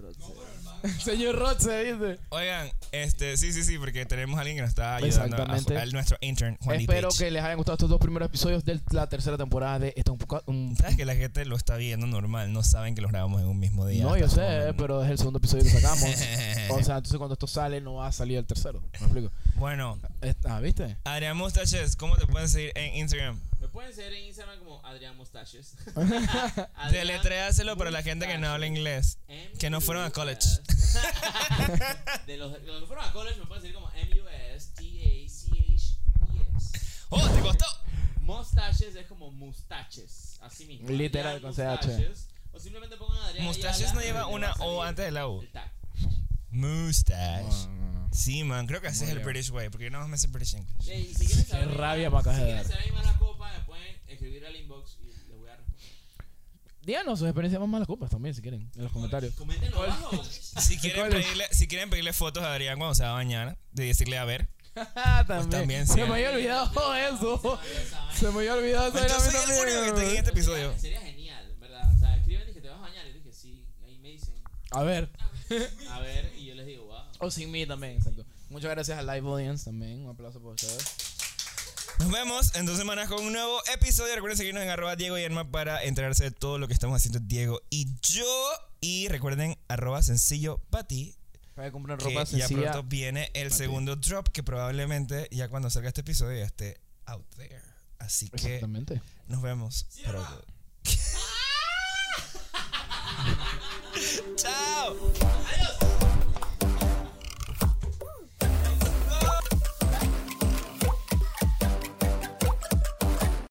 S2: Señor Rotze, dice.
S1: Oigan, este, sí, sí, sí, porque tenemos a alguien que nos está ayudando. a-
S2: Exactamente.
S1: a nuestro intern, Juan Di
S2: Espero
S1: Page.
S2: que les hayan gustado estos dos primeros episodios de la tercera temporada de Esto es un poco. un-
S1: Sabes que la gente lo está viendo normal, no saben que los grabamos en un mismo día. este
S2: No, yo
S1: Está
S2: sé,
S1: como-
S2: eh, pero es el segundo episodio que sacamos. o sea, entonces cuando esto sale, no va a salir el tercero. ¿Me explico?
S1: Bueno,
S2: Eh, Ah, ¿viste?
S1: Adrián Mustaches, ¿cómo te pueden seguir en Instagram?
S3: Me pueden seguir en Instagram como Adrián Mustaches.
S1: Deletréaselo para la gente que no habla inglés. Que no fueron a college.
S3: de los, los que fueron a college me pueden seguir como M-U-S-T-A-C-H-E-S.
S1: ¡Oh, te costó!
S3: E Mustaches es como mustaches. Así mismo.
S2: Literal, con
S3: Adrián
S2: CH.
S3: Mustaches, O simplemente pongan Adrián.
S1: Mustaches
S3: Ayala
S1: no
S3: y
S1: lleva
S3: les va
S1: una
S3: a salir
S1: O antes de la U.
S3: el tag.
S1: Mustache.
S2: No, no, no.
S1: Sí, man, creo que así es el
S2: bien.
S1: British way, porque yo no me sé British English.
S3: Y si quieren saber mi
S2: rabia
S3: mala-
S2: me acabas
S3: si
S2: de
S3: quieren
S2: dar.
S3: saber mi mala copa, me pueden escribir al inbox y les voy a responder.
S2: Díganos sus experiencias más malas copas también, si quieren, en los comentarios.
S3: Coméntenlo abajo.
S1: Si quieren,
S2: college.
S1: pedirle, si quieren pedirle fotos a Adrián cuando se va a bañar, de decirle a ver.
S2: Pues también.
S1: Ah, también, sí.
S2: se me había olvidado eso. Se me había olvidado eso.
S1: Yo
S2: era a mí
S1: soy el único que está en
S2: también.
S1: este episodio.
S3: Sería genial, en ¿verdad? O sea, escriben y que te vas a bañar. Y yo dije, sí. Ahí me dicen,
S2: A ver.
S3: a ver. Y yo les digo, wow.
S2: O sin mí también, exacto. Muchas gracias a Live Audience también. Un aplauso por ustedes.
S1: Nos vemos en dos semanas con un nuevo episodio. Recuerden seguirnos en arroba Diego y Enma para enterarse de todo lo que estamos haciendo Diego y yo. Y recuerden arroba sencillo Pati.
S2: Para que compren
S1: Que
S2: ropa
S1: ya
S2: sencilla.
S1: pronto viene el segundo drop que probablemente ya cuando salga este episodio ya esté out there. Así que
S2: Exactamente.
S1: nos vemos pronto.